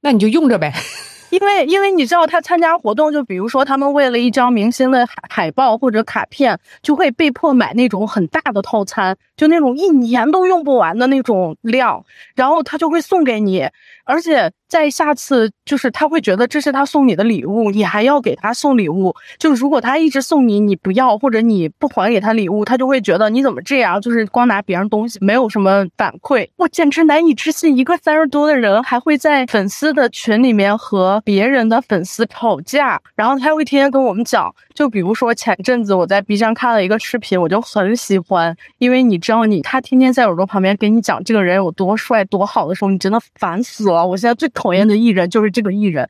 B: 那你就用着呗。
L: 因为因为你知道他参加活动，就比如说他们为了一张明星的海海报或者卡片，就会被迫买那种很大的套餐，就那种一年都用不完的那种量，然后他就会送给你，而且在下次就是他会觉得这是他送你的礼物，你还要给他送礼物。就如果他一直送你你不要或者你不还给他礼物，他就会觉得你怎么这样，就是光拿别人东西没有什么反馈。我简直难以置信，一个三十多的人还会在粉丝的群里面和别人的粉丝吵架，然后他会天天跟我们讲，就比如说前阵子我在 B 站看了一个视频，我就很喜欢，因为你知道你他天天在耳朵旁边给你讲这个人有多帅多好的时候，你真的烦死了。我现在最讨厌的艺人就是这个艺人，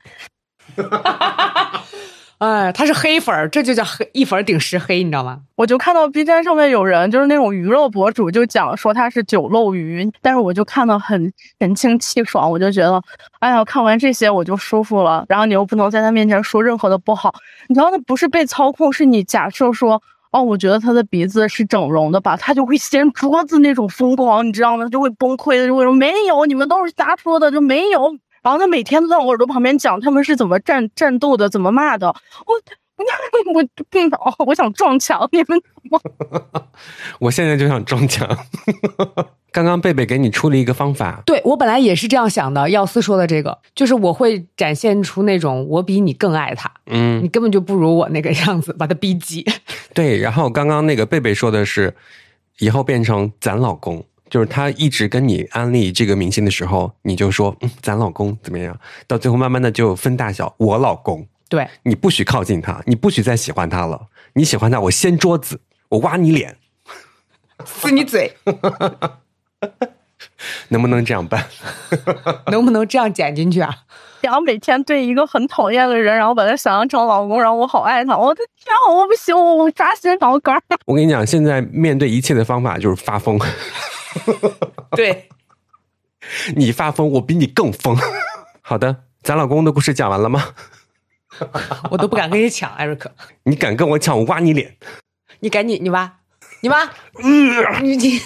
B: 哎，他是黑粉儿，这就叫黑一粉儿顶十黑，你知道吗？
L: 我就看到 B 站上面有人就是那种鱼肉博主，就讲说他是酒漏鱼，但是我就看到很神清气爽，我就觉得，哎呀，看完这些我就舒服了。然后你又不能在他面前说任何的不好，你知道那不是被操控，是你假设说，哦，我觉得他的鼻子是整容的吧，他就会掀桌子那种疯狂，你知道吗？他就会崩溃，就会说没有，你们都是瞎说的，就没有。然后他每天都在我耳朵旁边讲他们是怎么战战斗的，怎么骂的，我。 我病倒，我想撞墙，你们
A: 我现在就想中奖。 刚刚贝贝给你出了一个方法，
B: 对我本来也是这样想的。药师说的这个，就是我会展现出那种我比你更爱他，
A: 嗯
B: 你，根本就不如我那个样子，把他逼急。
A: 对，然后刚刚那个贝贝说的是，以后变成咱老公，就是他一直跟你安利这个明星的时候，你就说、嗯、咱老公怎么样，到最后慢慢的就分大小，我老公，
B: 对，
A: 你不许靠近他，你不许再喜欢他了，你喜欢他我掀桌子，我挖你脸，
B: 撕你嘴，
A: 能不能这样办？
B: 能不能这样剪进去 啊？
L: 然后每天对一个很讨厌的人，然后把他想象成老公，然后我好爱他，我的天啊，我不行，我我抓心挠肝儿。
A: 我跟你讲，现在面对一切的方法就是发疯，
B: 对，
A: 你发疯，我比你更疯。好的，咱老公的故事讲完了吗？
B: 我都不敢跟你抢，艾瑞克，
A: 你敢跟我抢，我挖你脸！
B: 嗯你赶紧，你挖，你挖，你你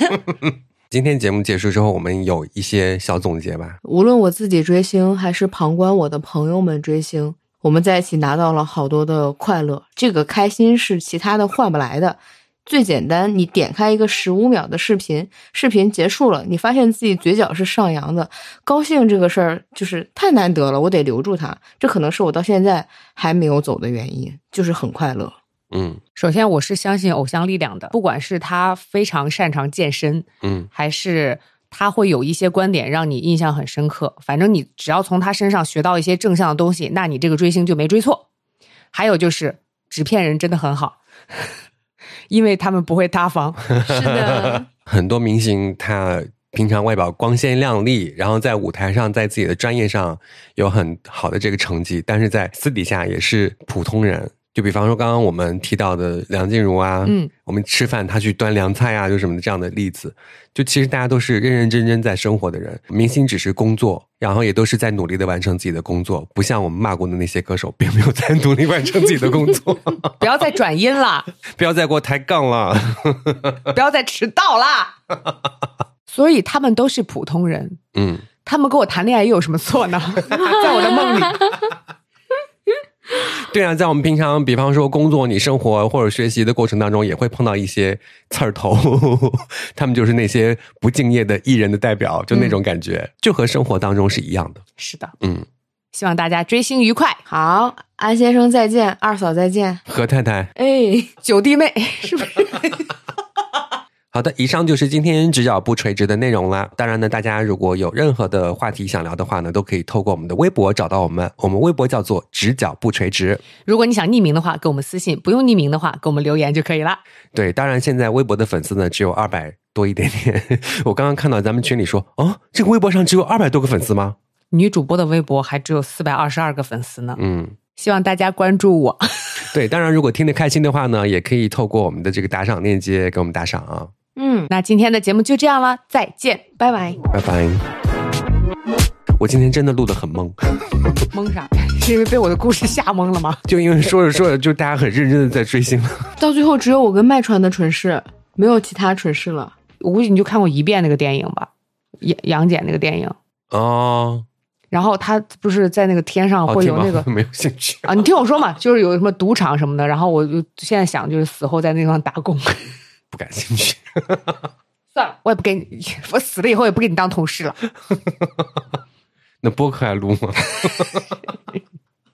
A: 今天节目结束之后，我们有一些小总结吧。
B: 无论我自己追星，还是旁观我的朋友们追星，我们在一起拿到了好多的快乐。这个开心是其他的换不来的。最简单，你点开一个十五秒的视频，视频结束了，你发现自己嘴角是上扬的，高兴这个事儿就是太难得了，我得留住它。这可能是我到现在还没有走的原因， 就是很快乐。
A: 嗯
B: 首先，我是相信偶像力量的，不管是他非常擅长健身，
A: 嗯
B: 还是他会有一些观点让你印象很深刻。反正你只要从他身上学到一些正向的东西，那你这个追星就没追错。还有就是纸片人真的很好， 因为他们不会塌房。
C: 是的，
A: 很多明星他平常外表光鲜亮丽，然后在舞台上，在自己的专业上有很好的这个成绩，但是在私底下也是普通人。就比方说刚刚我们提到的梁静茹啊，
B: 嗯，
A: 我们吃饭她去端凉菜啊，就什么的这样的例子，就其实大家都是认认真真在生活的人，明星只是工作，然后也都是在努力的完成自己的工作，不像我们骂过的那些歌手，并没有在努力完成自己的工作，
B: 不要再转阴啦，
A: 不要再给我抬杠了。
B: 不要再迟到 啦。所以他们都是普通人，
A: 嗯，
B: 他们跟我谈恋爱又有什么错 呢？在我的梦里，
A: 对啊，在我们平常，比方说工作、你生活或者学习的过程当中，也会碰到一些刺儿头， 他们就是那些不敬业的艺人的代表，就那种感觉，就和生活当中是一样的。
B: 嗯是的，
A: 嗯，
B: 希望大家追星愉快。好，安先生再见，二嫂再见，
A: 何太太，
B: 哎，九弟妹是不是？
A: 好的，以上就是今天直角不垂直的内容啦。当然呢，大家如果有任何的话题想聊的话呢，都可以透过我们的微博找到我们，我们微博叫做直角不垂直。
B: 如果你想匿名的话，给我们私信；不用匿名的话，给我们留言就可以了。
A: 对，当然现在微博的粉丝呢只有二百多一点点。 我刚刚看到咱们群里说，哦，这个微博上只有二百多个粉丝吗？
B: 女主播的微博还只有四百二十二个粉丝呢，
A: 嗯。
B: 希望大家关注我。
A: 对，当然如果听得开心的话呢，也可以透过我们的这个打赏链接给我们打赏啊，
B: 嗯， 那今天的节目就这样了，再见，
C: 拜拜。
A: 拜拜。我今天真的录得很懵，
B: 蒙啥？是 因为被我的故事吓懵了吗？
A: 就因为说着说着，就大家很认真的在追星了。
C: 到最后只有我跟麦川的唇饰，没有其他唇饰了。
B: 我估计你就看过一遍那个电影吧，杨杨戬那个电影。
A: 哦，
B: 然后他不是在那个天上
A: 好
B: 会
A: 听
B: 有
A: 吗
B: 那个
A: 没有兴趣。
B: 啊，你听我说嘛，就是有什么赌场什么的，然后我就现在想，就是死后在那地方打 工，
A: 不感兴趣。
B: 算了，我也不跟你， 我死了以后也不跟你当同事了。
A: 那播客还录吗？